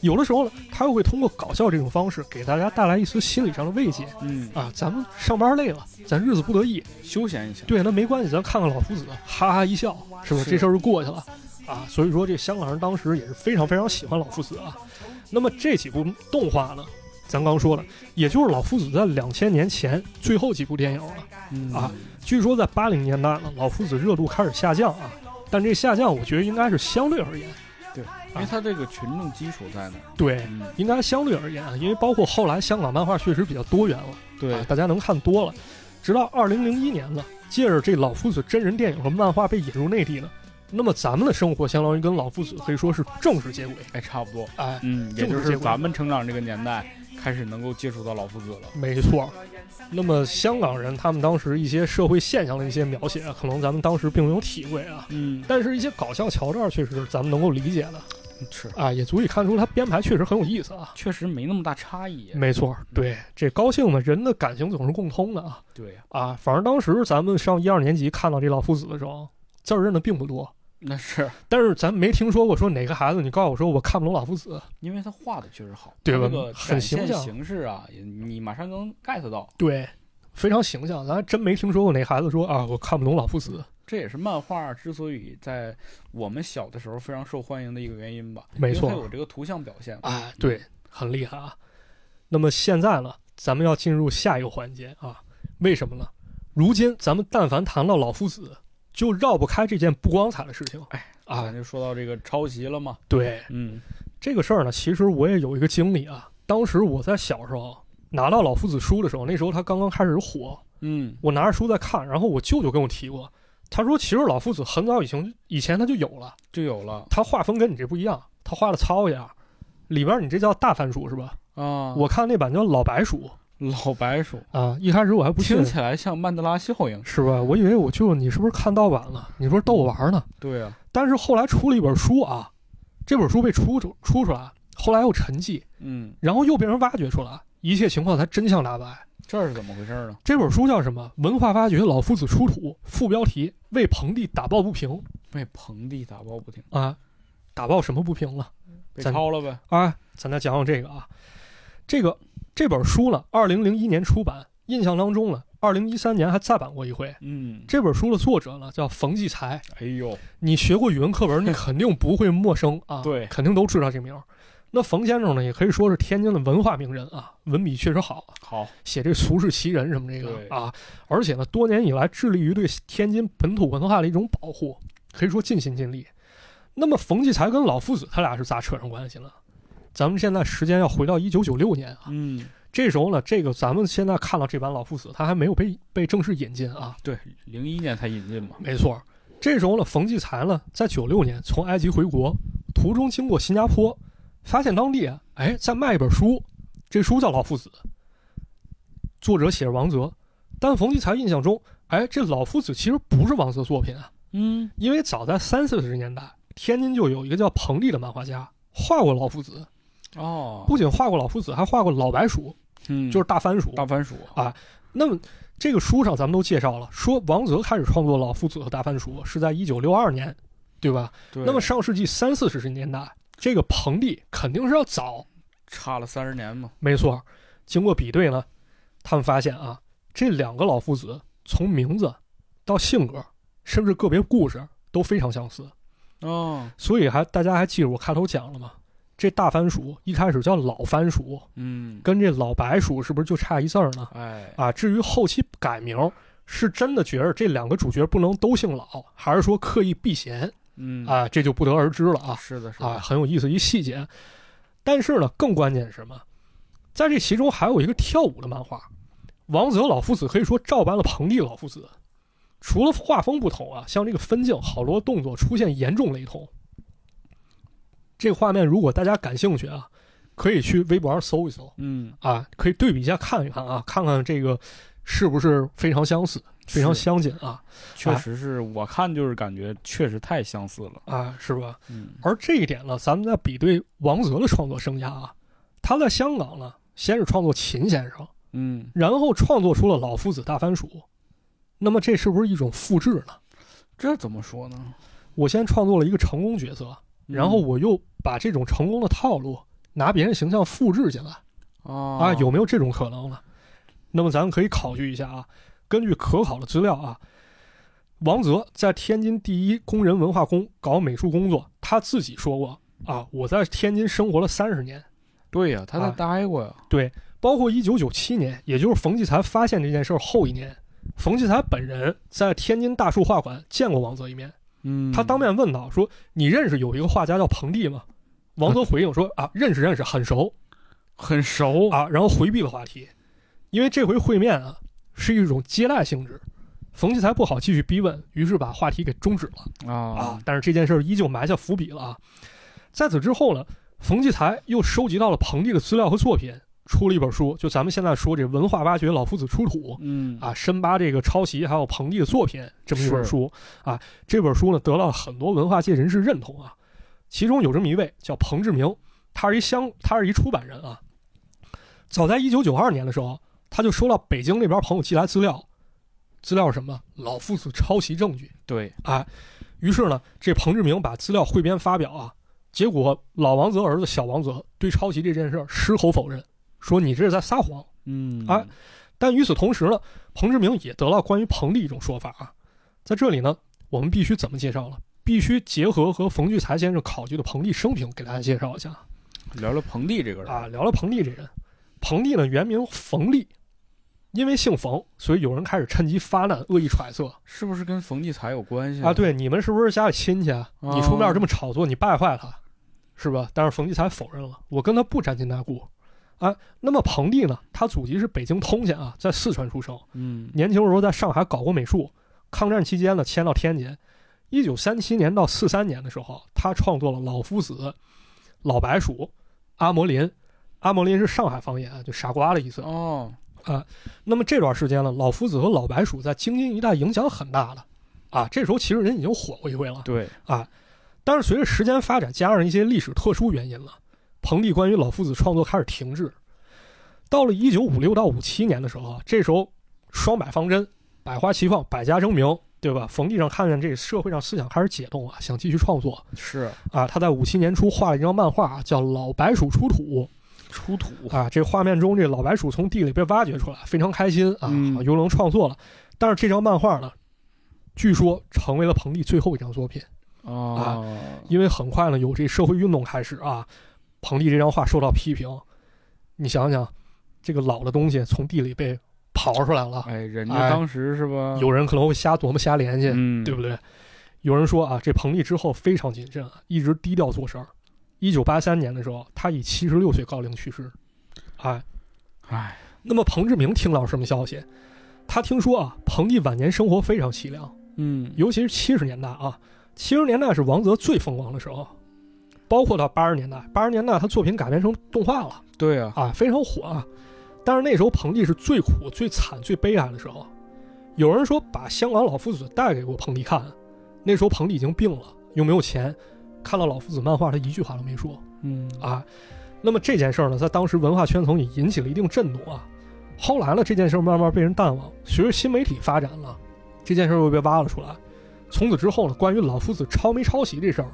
Speaker 4: 有的时候呢，它又会通过搞笑这种方式给大家带来一丝心理上的慰藉
Speaker 3: 嗯？嗯，
Speaker 4: 啊。咱们上班累了，咱日子不得意，
Speaker 3: 休闲一下，
Speaker 4: 对，那没关系，咱看看老夫子，哈哈一笑，是不是
Speaker 3: 是
Speaker 4: 这事儿就过去了啊？所以说，这香港人当时也是非常非常喜欢老夫子啊。那么这几部动画呢，咱刚说了，也就是老夫子在两千年前最后几部电影了。
Speaker 3: 嗯
Speaker 4: 啊，据说在八零年代呢，老夫子热度开始下降啊，但这下降我觉得应该是相对而言，
Speaker 3: 因
Speaker 4: 啊
Speaker 3: 为他这个群众基础在那儿，
Speaker 4: 对，
Speaker 3: 嗯，
Speaker 4: 应该相对而言啊，因为包括后来香港漫画确实比较多元了，啊
Speaker 3: 对，
Speaker 4: 大家能看多了。直到二零零一年呢，借着这老夫子真人电影和漫画被引入内地呢，那么咱们的生活相当于跟老夫子可以说是正式接轨，
Speaker 3: 哎，差不多，
Speaker 4: 哎，
Speaker 3: 嗯，也
Speaker 4: 正
Speaker 3: 就是
Speaker 4: 这
Speaker 3: 是
Speaker 4: 个
Speaker 3: 咱们成长这个年代开始能够接触到老夫子了，
Speaker 4: 没错。那么香港人他们当时一些社会现象的一些描写，啊可能咱们当时并没有体会啊，
Speaker 3: 嗯，
Speaker 4: 但是一些搞笑桥段确实是咱们能够理解的。
Speaker 3: 是，
Speaker 4: 啊，也足以看出他编排确实很有意思啊。
Speaker 3: 嗯确实没那么大差异，
Speaker 4: 没错，对这高兴嘛，人的感情总是共通的啊
Speaker 3: 对呀，
Speaker 4: 啊！反正当时咱们上一二年级看到这老夫子的时候，字儿认的并不多，
Speaker 3: 那是
Speaker 4: 但是咱没听说过说哪个孩子你告诉我说我看不懂老夫子，
Speaker 3: 因为他画的确实好，
Speaker 4: 对吧
Speaker 3: 他这个
Speaker 4: 很
Speaker 3: 展
Speaker 4: 形
Speaker 3: 现
Speaker 4: 象
Speaker 3: 形式啊，也你马上能 get 到，
Speaker 4: 对，非常形象，咱还真没听说过哪孩子说啊我看不懂老夫子，
Speaker 3: 这也是漫画之所以在我们小的时候非常受欢迎的一个原因吧。
Speaker 4: 没
Speaker 3: 因
Speaker 4: 错
Speaker 3: 为它有这个图像表现。
Speaker 4: 哎，对，很厉害啊。那么现在呢，咱们要进入下一个环节啊，为什么呢？如今咱们但凡谈到老夫子，就绕不开这件不光彩的事情，
Speaker 3: 哎
Speaker 4: 啊
Speaker 3: 咱，就说到这个抄袭了嘛。
Speaker 4: 对。
Speaker 3: 嗯
Speaker 4: 这个事儿呢，其实我也有一个经历啊。当时我在小时候拿到老夫子书的时候，那时候他刚刚开始火，
Speaker 3: 嗯
Speaker 4: 我拿着书在看，然后我舅舅跟我提过，他说其实老夫子很早以前以前他就有了，
Speaker 3: 就有了
Speaker 4: 他画风跟你这不一样，他画的糙一点儿。里边儿你这叫大番薯是吧？
Speaker 3: 啊。
Speaker 4: 我看那版叫老白薯
Speaker 3: 老白鼠
Speaker 4: 啊，一开始我还不信
Speaker 3: 啊听，起来像曼德拉效应，
Speaker 4: 是吧？我以为我舅舅你是不是看盗版了？你不是逗我玩儿呢？
Speaker 3: 对啊，
Speaker 4: 但是后来出了一本书啊，这本书被出出出出来，后来又沉寂，
Speaker 3: 嗯，
Speaker 4: 然后又被人挖掘出来，一切情况才真相大白。
Speaker 3: 这是怎么回事呢？
Speaker 4: 这本书叫什么？文化发掘老夫子出土，副标题为彭帝打抱不平
Speaker 3: 被彭帝打抱不停，
Speaker 4: 啊！打抱什么不平了
Speaker 3: 被
Speaker 4: 咱
Speaker 3: 抄了呗？
Speaker 4: 啊？咱再讲讲这个啊，这个这本书呢，二零零一年出版，印象当中呢，二零一三年还再版过一回。
Speaker 3: 嗯，
Speaker 4: 这本书的作者呢叫冯骥才，
Speaker 3: 哎呦，
Speaker 4: 你学过语文课文，你肯定不会陌生啊，
Speaker 3: 对
Speaker 4: 肯定都知道这名儿。那冯先生呢，也可以说是天津的文化名人啊，文笔确实好，
Speaker 3: 好，
Speaker 4: 写这俗世奇人什么这
Speaker 3: 对
Speaker 4: 个啊，而且呢，多年以来致力于对天津本土文化的一种保护，可以说尽心尽力。那么冯骥才跟老夫子他俩是咋扯上关系了？咱们现在时间要回到一九九六年啊，
Speaker 3: 嗯，
Speaker 4: 这时候呢，这个咱们现在看到这版老夫子，他还没有被被正式引进啊，
Speaker 3: 对，零一年才引进嘛，
Speaker 4: 没错，这时候呢，冯骥才呢，在九六年从埃及回国，途中经过新加坡，发现当地啊，哎，在卖一本书，这书叫《老夫子》，作者写着王泽，但冯骥才印象中，哎，这《老夫子》其实不是王泽作品啊，
Speaker 3: 嗯，
Speaker 4: 因为早在三四十年代，天津就有一个叫彭丽的漫画家画过《老夫子》，
Speaker 3: 哦，
Speaker 4: 不仅画过《老夫子》，还画过《老白鼠》，
Speaker 3: 嗯，
Speaker 4: 就是大番薯。
Speaker 3: 大番薯
Speaker 4: 啊那么这个书上咱们都介绍了，说王泽开始创作《老夫子》和《大番薯》是在一九六二年，对吧？
Speaker 3: 对
Speaker 4: 那么上世纪三四十年代，这个彭帝肯定是要早，
Speaker 3: 差了三十年嘛，
Speaker 4: 没错。经过比对呢，他们发现啊，这两个老夫子从名字到性格，甚至个别故事都非常相似，
Speaker 3: 哦，
Speaker 4: 所以还大家还记得我开头讲了吗？这大番薯一开始叫老番薯，
Speaker 3: 嗯，
Speaker 4: 跟这老白薯是不是就差一字儿呢？
Speaker 3: 哎，
Speaker 4: 啊，至于后期改名，是真的觉着这两个主角不能都姓老，还是说刻意避嫌
Speaker 3: 嗯，
Speaker 4: 啊？这就不得而知了啊
Speaker 3: 是的，是
Speaker 4: 啊，
Speaker 3: 的，
Speaker 4: 很有意思一细节。但是呢，更关键是什么？在这其中还有一个跳舞的漫画，王泽老夫子可以说照搬了彭丽老夫子，除了画风不同啊，像这个分镜，好多动作出现严重雷同。这个画面如果大家感兴趣啊，可以去微博上搜一搜，
Speaker 3: 嗯，
Speaker 4: 啊，可以对比一下看一看啊，看看这个是不是非常相似、非常
Speaker 3: 是
Speaker 4: 相近啊
Speaker 3: 确
Speaker 4: 啊
Speaker 3: 实是我看就是感觉确实太相似了，
Speaker 4: 啊，是吧？
Speaker 3: 嗯，
Speaker 4: 而这一点呢，咱们再比对王泽的创作生涯啊，他在香港呢，先是创作秦先生，
Speaker 3: 嗯，
Speaker 4: 然后创作出了《老夫子大番薯》，那么这是不是一种复制呢？
Speaker 3: 这怎么说呢？
Speaker 4: 我先创作了一个成功角色，然后
Speaker 3: 嗯
Speaker 4: 我又把这种成功的套路拿别人形象复制进来。
Speaker 3: 啊
Speaker 4: 啊，有没有这种可能呢？那么咱们可以考据一下啊，根据可考的资料啊，王泽在天津第一工人文化宫搞美术工作，他自己说过啊，我在天津生活了三十年，
Speaker 3: 对呀，他在
Speaker 4: 啊
Speaker 3: 待过呀，
Speaker 4: 包括一九九七年，也就是冯骥才发现这件事儿后一年，冯骥才本人在天津大树画馆见过王泽一面，
Speaker 3: 嗯，
Speaker 4: 他当面问到说：“你认识有一个画家叫彭帝吗？”王泽回应说：“啊，认识认识，很熟。”
Speaker 3: 很熟，
Speaker 4: 啊，然后回避了话题，因为这回会面啊是一种接待性质。冯骥才不好继续逼问，于是把话题给终止了啊
Speaker 3: 啊。
Speaker 4: 但是这件事儿依旧埋下伏笔了啊。在此之后呢，冯骥才又收集到了彭帝的资料和作品，出了一本书，就咱们现在说这《文化挖掘老夫子出土》
Speaker 3: 嗯
Speaker 4: 啊，深扒这个抄袭还有彭帝的作品这么一本
Speaker 3: 是
Speaker 4: 书啊。这本书呢，得到了很多文化界人士认同啊。其中有这么一位叫彭志明，他是一香，他是一出版人啊。早在一九九二年的时候，他就收到北京那边朋友寄来资料，资料是什么？老夫子抄袭证据。
Speaker 3: 对，
Speaker 4: 于是呢，这彭志明把资料汇编发表啊，结果老王泽儿子小王泽对抄袭这件事儿矢口否认，说你这是在撒谎。
Speaker 3: 嗯
Speaker 4: 啊，但与此同时呢，彭志明也得到关于彭丽一种说法啊。在这里呢，我们必须怎么介绍了？必须结合和冯骥才先生考据的彭丽生平给大家介绍一下
Speaker 3: 聊聊彭帝这个人
Speaker 4: 啊。聊聊彭丽这人，彭丽呢原名冯丽，因为姓冯，所以有人开始趁机发难，恶意揣测
Speaker 3: 是不是跟冯骥才有关系
Speaker 4: 啊，对，你们是不是家里亲戚啊？
Speaker 3: 哦
Speaker 4: 你出面这么炒作，你败坏他，是吧？但是冯骥才否认了，我跟他不沾亲带故哎，那么彭帝呢，他祖籍是北京通县啊，在四川出生，
Speaker 3: 嗯
Speaker 4: 年轻时候在上海搞过美术，抗战期间呢迁到天津。一九三七年到四三年的时候，他创作了《老夫子》《老白鼠》《阿摩林》。阿摩林是上海方言，啊就傻瓜的意思。
Speaker 3: 哦，
Speaker 4: 那么这段时间呢，《老夫子》和《老白鼠》在京津一带影响很大的啊。这时候其实人已经火过一回了，
Speaker 3: 对，
Speaker 4: 但是随着时间发展，加上一些历史特殊原因了，彭帝关于老夫子创作开始停滞。到了一九五六到五七年的时候啊，这时候双百方针，百花齐放，百家争鸣，对吧？冯帝上看见这社会上思想开始解冻啊，想继续创作
Speaker 3: 是
Speaker 4: 啊。他在五七年初画了一张漫画啊，叫《老白鼠出土
Speaker 3: 出土》
Speaker 4: 啊。这画面中，这老白鼠从地里被挖掘出来，非常开心啊
Speaker 3: 嗯，
Speaker 4: 游龙创作了。但是这张漫画呢，据说成为了彭帝最后一张作品。啊
Speaker 3: 哦，
Speaker 4: 因为很快呢，有这社会运动开始啊，彭丽这张画受到批评。你想想，这个老的东西从地里被刨出来了，
Speaker 3: 哎，人家
Speaker 4: 哎
Speaker 3: 当时是吧？
Speaker 4: 有人可能会瞎琢磨、瞎联系，
Speaker 3: 嗯，
Speaker 4: 对不对？有人说啊，这彭丽之后非常谨慎，啊一直低调做事儿。一九八三年的时候，他以七十六岁高龄去世。哎，
Speaker 3: 哎，
Speaker 4: 那么彭志明听到什么消息？他听说啊，彭丽晚年生活非常凄凉，
Speaker 3: 嗯，
Speaker 4: 尤其是七十年代啊，七十年代是王泽最风光的时候，包括到八十年代，八十年代他作品改编成动画了
Speaker 3: 对啊，
Speaker 4: 啊，非常火啊。但是那时候彭丽是最苦、最惨、最悲哀的时候。有人说把香港老夫子带给过彭丽看，那时候彭丽已经病了，又没有钱，看到老夫子漫画，他一句话都没说
Speaker 3: 嗯
Speaker 4: 啊。那么这件事儿呢，在当时文化圈层也引起了一定震动啊。后来呢，这件事儿慢慢被人淡忘，随着新媒体发展了，这件事儿又被挖了出来。从此之后呢，关于老夫子抄没抄袭这事儿，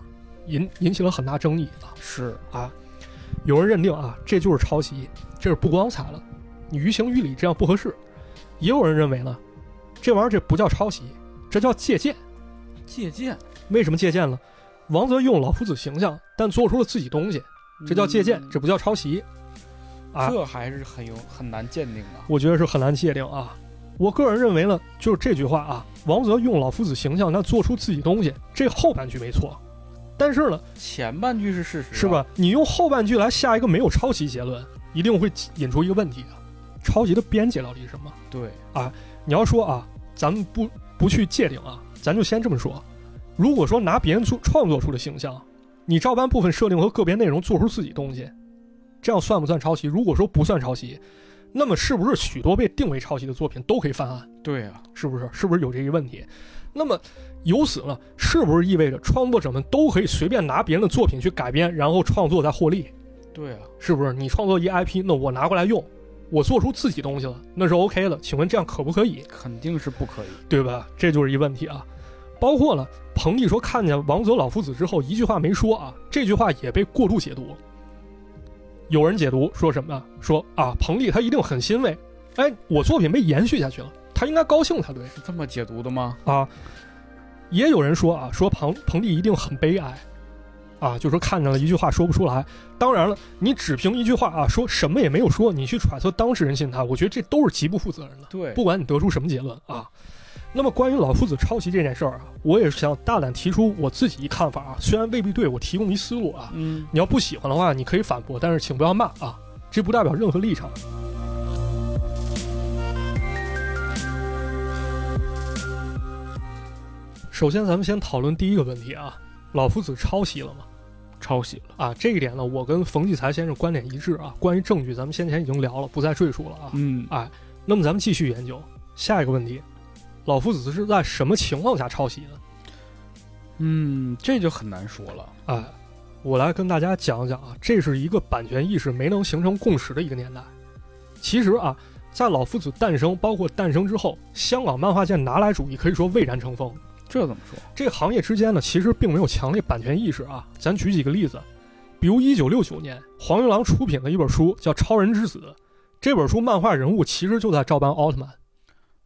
Speaker 4: 引引起了很大争议啊。
Speaker 3: 是，
Speaker 4: 有人认定啊，这就是抄袭，这是不光彩了，你于情于理这样不合适。也有人认为呢，这玩意儿这不叫抄袭，这叫借鉴。
Speaker 3: 借鉴，
Speaker 4: 为什么借鉴呢？王泽用老夫子形象，但做出了自己东西，这叫借鉴，
Speaker 3: 嗯
Speaker 4: 这不叫抄袭。啊，
Speaker 3: 这还是很有很难鉴定啊的。
Speaker 4: 我觉得是很难界定啊。我个人认为呢，就是这句话啊，王泽用老夫子形象，但做出自己东西，这后半句没错。但是呢，
Speaker 3: 前半句是事实，啊
Speaker 4: 是？吧？你用后半句来下一个没有抄袭结论，一定会引出一个问题啊：抄袭的边界到底是什么？
Speaker 3: 对，
Speaker 4: 你要说啊，咱们不不去界定啊，咱就先这么说。如果说拿别人做创作出的形象，你照搬部分设定和个别内容做出自己东西，这样算不算抄袭？如果说不算抄袭，那么是不是许多被定为抄袭的作品都可以犯案？
Speaker 3: 对啊，
Speaker 4: 是不是？是不是有这个问题？那么由此呢，是不是意味着创作者们都可以随便拿别人的作品去改编，然后创作再获利？
Speaker 3: 对啊，
Speaker 4: 是不是？你创作一 IP，那我拿过来用，我做出自己东西了，那是 OK 的。请问这样可不可以？
Speaker 3: 肯定是不可以。
Speaker 4: 对吧？这就是一问题啊。包括了彭丽说看见王泽老夫子之后一句话没说啊，这句话也被过度解读。有人解读说什么呢？说啊，彭丽他一定很欣慰，哎，我作品被延续下去了，他应该高兴才对
Speaker 3: 是这么解读的吗？
Speaker 4: 啊。也有人说啊，说彭彭丽一定很悲哀，啊，就说看见了一句话说不出来。当然了，你只凭一句话啊，说什么也没有说，你去揣测当事人心态，我觉得这都是极不负责任的。
Speaker 3: 对，
Speaker 4: 不管你得出什么结论啊。那么关于老夫子抄袭这件事儿啊，我也是想大胆提出我自己一看法啊，虽然未必对，我提供一思路啊。
Speaker 3: 嗯，
Speaker 4: 你要不喜欢的话，你可以反驳，但是请不要骂啊，这不代表任何立场。首先，咱们先讨论第一个问题啊，老夫子抄袭了吗？
Speaker 3: 抄袭了。
Speaker 4: 啊，这一点呢，我跟冯骥才先生观点一致啊。关于证据，咱们先前已经聊了，不再赘述了啊。
Speaker 3: 嗯
Speaker 4: 那么咱们继续研究下一个问题：老夫子是在什么情况下抄袭的？
Speaker 3: 嗯，这就很难说了。
Speaker 4: 哎，我来跟大家讲讲啊，这是一个版权意识没能形成共识的一个年代。其实啊，在老夫子诞生，包括诞生之后，香港漫画界拿来主义可以说蔚然成风。
Speaker 3: 这怎么说？
Speaker 4: 这个行业之间呢，其实并没有强烈版权意识啊。咱举几个例子，比如一九六九年，黄玉郎出品了一本书叫《超人之子》，这本书漫画人物其实就在照搬奥特曼。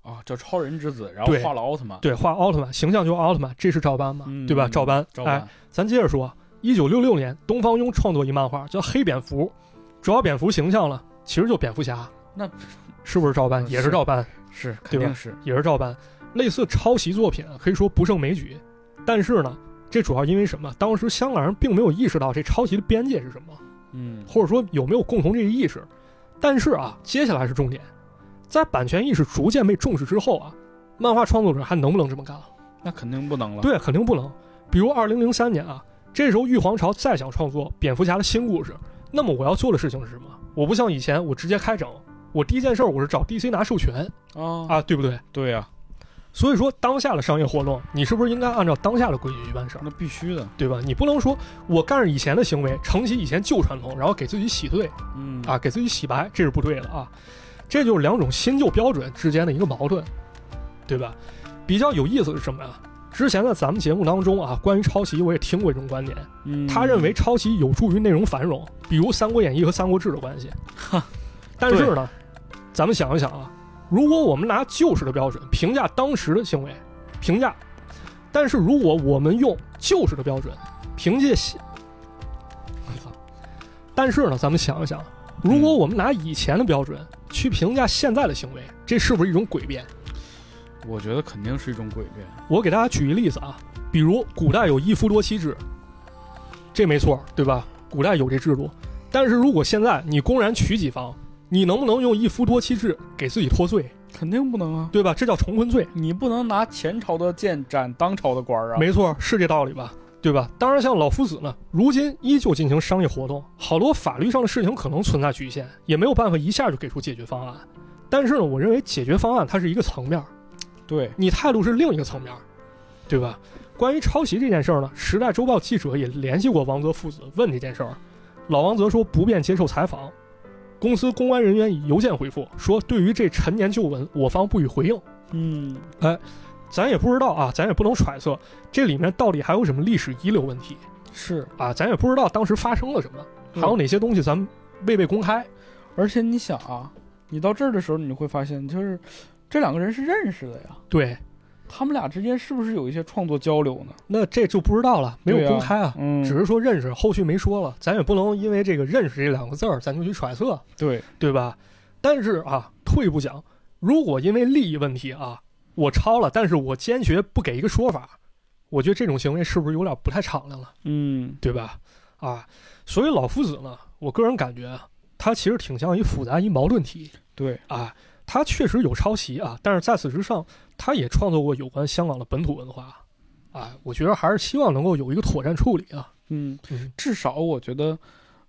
Speaker 3: 啊，叫超人之子，然后
Speaker 4: 对
Speaker 3: 画了奥特曼，
Speaker 4: 对，画奥特曼形象就是奥特曼，这是照搬嘛，
Speaker 3: 嗯
Speaker 4: 对吧？照搬，
Speaker 3: 照
Speaker 4: 哎，
Speaker 3: 搬，
Speaker 4: 咱接着说，一九六六年，东方庸创作一漫画叫《黑蝙蝠》，主要蝙蝠形象呢，其实就蝙蝠侠，
Speaker 3: 那
Speaker 4: 是不是照搬？
Speaker 3: 嗯
Speaker 4: 也
Speaker 3: 是
Speaker 4: 是照搬，
Speaker 3: 是肯
Speaker 4: 对吧
Speaker 3: 定是
Speaker 4: 也是照搬。类似抄袭作品啊可以说不胜枚举，但是呢，这主要因为什么？当时香港人并没有意识到这抄袭的边界是什么，
Speaker 3: 嗯，
Speaker 4: 或者说有没有共同这个意识。但是啊，接下来是重点，在版权意识逐渐被重视之后啊，漫画创作者还能不能这么干啊了？
Speaker 3: 那肯定不能了。，
Speaker 4: 对，肯定不能。比如二零零三年啊，这时候玉皇朝再想创作蝙蝠侠的新故事，那么我要做的事情是什么？我不像以前，我直接开整，我第一件事儿我是找 DC 拿授权
Speaker 3: 啊
Speaker 4: 啊，对不对？
Speaker 3: 对呀、
Speaker 4: 所以说当下的商业活动，你是不是应该按照当下的规矩去办事儿，
Speaker 3: 那必须的。
Speaker 4: 对吧？你不能说我干着以前的行为，承袭以前旧传统，然后给自己洗罪
Speaker 3: 嗯
Speaker 4: 啊，给自己洗白，这是不对的啊。这就是两种新旧标准之间的一个矛盾，对吧？比较有意思是什么呀？之前在咱们节目当中啊，关于抄袭我也听过一种观点，
Speaker 3: 嗯
Speaker 4: 他认为抄袭有助于内容繁荣，比如《三国演义》和《三国志》的关系。
Speaker 3: 哈，
Speaker 4: 但是呢，咱们想一想啊，如果我们拿旧时的标准评价当时的行为，评价，但是如果我们用旧时的标准凭借现，我操 但是呢，咱们想一想，如
Speaker 3: 嗯
Speaker 4: 果我们拿以前的标准去评价现在的行为，这是不是一种诡辩？
Speaker 3: 我觉得肯定是一种诡辩。
Speaker 4: 我给大家举一例子啊，比如古代有一夫多妻制，这没错，对吧？古代有这制度，但是如果现在你公然娶几方，你能不能用一夫多妻制给自己脱罪，
Speaker 3: 肯定不能啊！
Speaker 4: 对吧？这叫重婚罪，
Speaker 3: 你不能拿前朝的剑斩当朝的官儿啊！
Speaker 4: 没错，是这道理吧？对吧？当然，像老夫子呢，如今依旧进行商业活动，好多法律上的事情可能存在局限，也没有办法一下就给出解决方案。但是呢，我认为解决方案它是一个层面，
Speaker 3: 对，
Speaker 4: 你态度是另一个层面儿，对吧？关于抄袭这件事儿呢，《时代周报》记者也联系过王泽父子问这件事儿，老王泽说不便接受采访。公司公关人员以邮件回复说，对于这陈年旧闻，我方不予回应。
Speaker 3: 嗯，
Speaker 4: 咱也不知道啊，咱也不能揣测这里面到底还有什么历史遗留问题
Speaker 3: 是。
Speaker 4: 啊，咱也不知道当时发生了什么，
Speaker 3: 嗯
Speaker 4: 还有哪些东西咱们未被公开。
Speaker 3: 而且你想啊，你到这儿的时候，你会发现，就是这两个人是认识的呀，
Speaker 4: 对，
Speaker 3: 他们俩之间是不是有一些创作交流呢？
Speaker 4: 那这就不知道了，没有
Speaker 3: 对啊
Speaker 4: 公开啊，
Speaker 3: 嗯
Speaker 4: 只是说认识，后续没说了，咱也不能因为这个“认识”这两个字儿，咱就去揣测。
Speaker 3: 对，
Speaker 4: 对吧？但是啊，退一步讲，如果因为利益问题啊，我抄了，但是我坚决不给一个说法，我觉得这种行为是不是有点不太敞亮了，
Speaker 3: 嗯，
Speaker 4: 对吧？啊，所以老夫子呢，我个人感觉啊，他其实挺像一复杂一矛盾体
Speaker 3: 对，
Speaker 4: 啊，他确实有抄袭啊，但是在此之上，他也创作过有关香港的本土文化啊，我觉得还是希望能够有一个妥善处理啊。
Speaker 3: 嗯
Speaker 4: 嗯，
Speaker 3: 至少我觉得，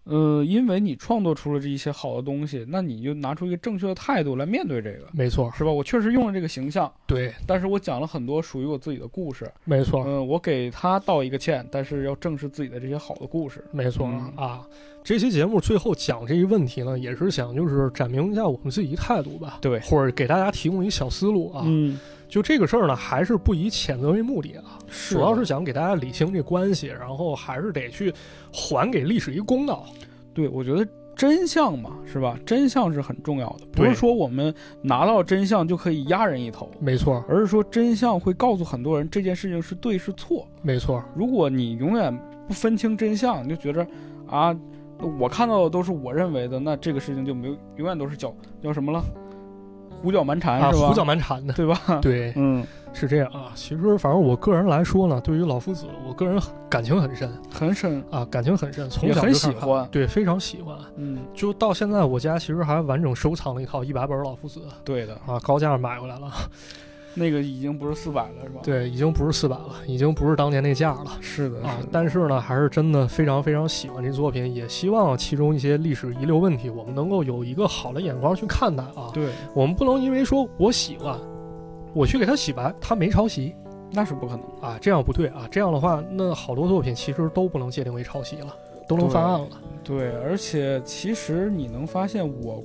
Speaker 3: 呃，因为你创作出了这一些好的东西，那你就拿出一个正确的态度来面对这个，
Speaker 4: 没错，
Speaker 3: 是吧？我确实用了这个形象，
Speaker 4: 对，
Speaker 3: 但是我讲了很多属于我自己的故事，
Speaker 4: 没错。
Speaker 3: 嗯、我给他道一个歉，但是要正视自己的这些好的故事。
Speaker 4: 没错、
Speaker 3: 嗯
Speaker 4: 啊，这期节目最后讲这一问题呢，也是想就是展明一下我们自己态度吧，
Speaker 3: 对
Speaker 4: 或者给大家提供一小思路啊。
Speaker 3: 嗯，
Speaker 4: 就这个事儿呢，还是不以谴责为目的啊，
Speaker 3: 是
Speaker 4: 主要是想给大家理清这关系，然后还是得去还给历史一公道。
Speaker 3: 对，我觉得真相嘛，是吧？真相是很重要的，不
Speaker 4: 对嗯
Speaker 3: 是说我们拿到真相就可以压人一头，
Speaker 4: 没错，
Speaker 3: 而是说真相会告诉很多人这件事情是对是错。
Speaker 4: 没错，
Speaker 3: 如果你永远不分清真相，你就觉着啊，我看到的都是我认为的，那这个事情就没有永远都是叫叫什么了，胡搅蛮缠、
Speaker 4: 啊，
Speaker 3: 是吧？
Speaker 4: 胡搅蛮缠的。
Speaker 3: 对吧？
Speaker 4: 对，
Speaker 3: 嗯，
Speaker 4: 是这样啊。其实，反正我个人来说呢，对于老夫子，我个人很感情很深
Speaker 3: 很深，
Speaker 4: 啊，感情很深，从
Speaker 3: 也
Speaker 4: 小就
Speaker 3: 很喜
Speaker 4: 开始看
Speaker 3: 欢
Speaker 4: 对，非常喜欢。
Speaker 3: 嗯，
Speaker 4: 就到现在，我家其实还完整收藏了一套一百本老夫子
Speaker 3: 对的，
Speaker 4: 啊，高价买 回来了。
Speaker 3: 那个已经不是四百了，是吧？，
Speaker 4: 对，已经不是四百了，已经不是当年那价了
Speaker 3: 是的，
Speaker 4: 啊
Speaker 3: 是。的，
Speaker 4: 但是呢，还是真的非常非常喜欢这作品，也希望其中一些历史遗留问题，我们能够有一个好的眼光去看待啊。
Speaker 3: 对，
Speaker 4: 我们不能因为说我喜欢，我去给他洗白，他没抄袭
Speaker 3: 那是不可能的，
Speaker 4: 啊，这样不对啊。这样的话，那好多作品其实都不能界定为抄袭了，都能
Speaker 3: 对
Speaker 4: 翻案了。
Speaker 3: 对，而且其实你能发现我，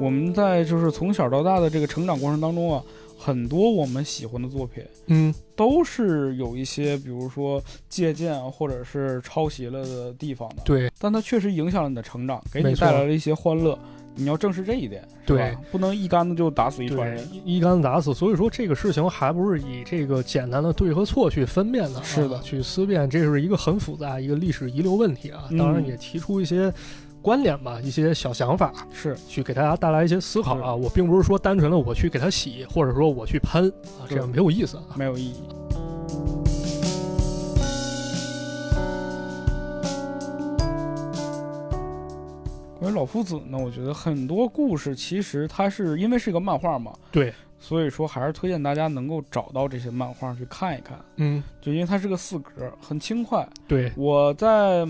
Speaker 3: 我们在就是从小到大的这个成长过程当中啊，很多我们喜欢的作品。
Speaker 4: 嗯，
Speaker 3: 都是有一些，比如说借鉴啊，或者是抄袭了的地方的。，
Speaker 4: 对
Speaker 3: 但它确实影响了你的成长，给
Speaker 4: 没
Speaker 3: 你
Speaker 4: 错
Speaker 3: 带来了一些欢乐。你要正视这一点，是
Speaker 4: 对
Speaker 3: 吧，不能一竿子就打死一船
Speaker 4: 对
Speaker 3: 人。，
Speaker 4: 一一竿子打死。所以说这个事情还不是以这个简单的对和错去分辨的啊，
Speaker 3: 是的
Speaker 4: 去思辨，这是一个很复杂一个历史遗留问题啊。
Speaker 3: 嗯
Speaker 4: 当然也提出一些观点吧，一些小想法，
Speaker 3: 是
Speaker 4: 去给大家带来一些思考啊。我并不是说单纯的我去给它洗，或者说我去喷啊，
Speaker 3: 对
Speaker 4: 这样没有意思啊。
Speaker 3: 没有意义。关关于老夫子呢，我觉得很多故事其实它是因为是一个漫画嘛，
Speaker 4: 对，
Speaker 3: 所以说还是推荐大家能够找到这些漫画去看一看，
Speaker 4: 嗯，
Speaker 3: 就因为它是个四格，很轻快。
Speaker 4: 对
Speaker 3: 我在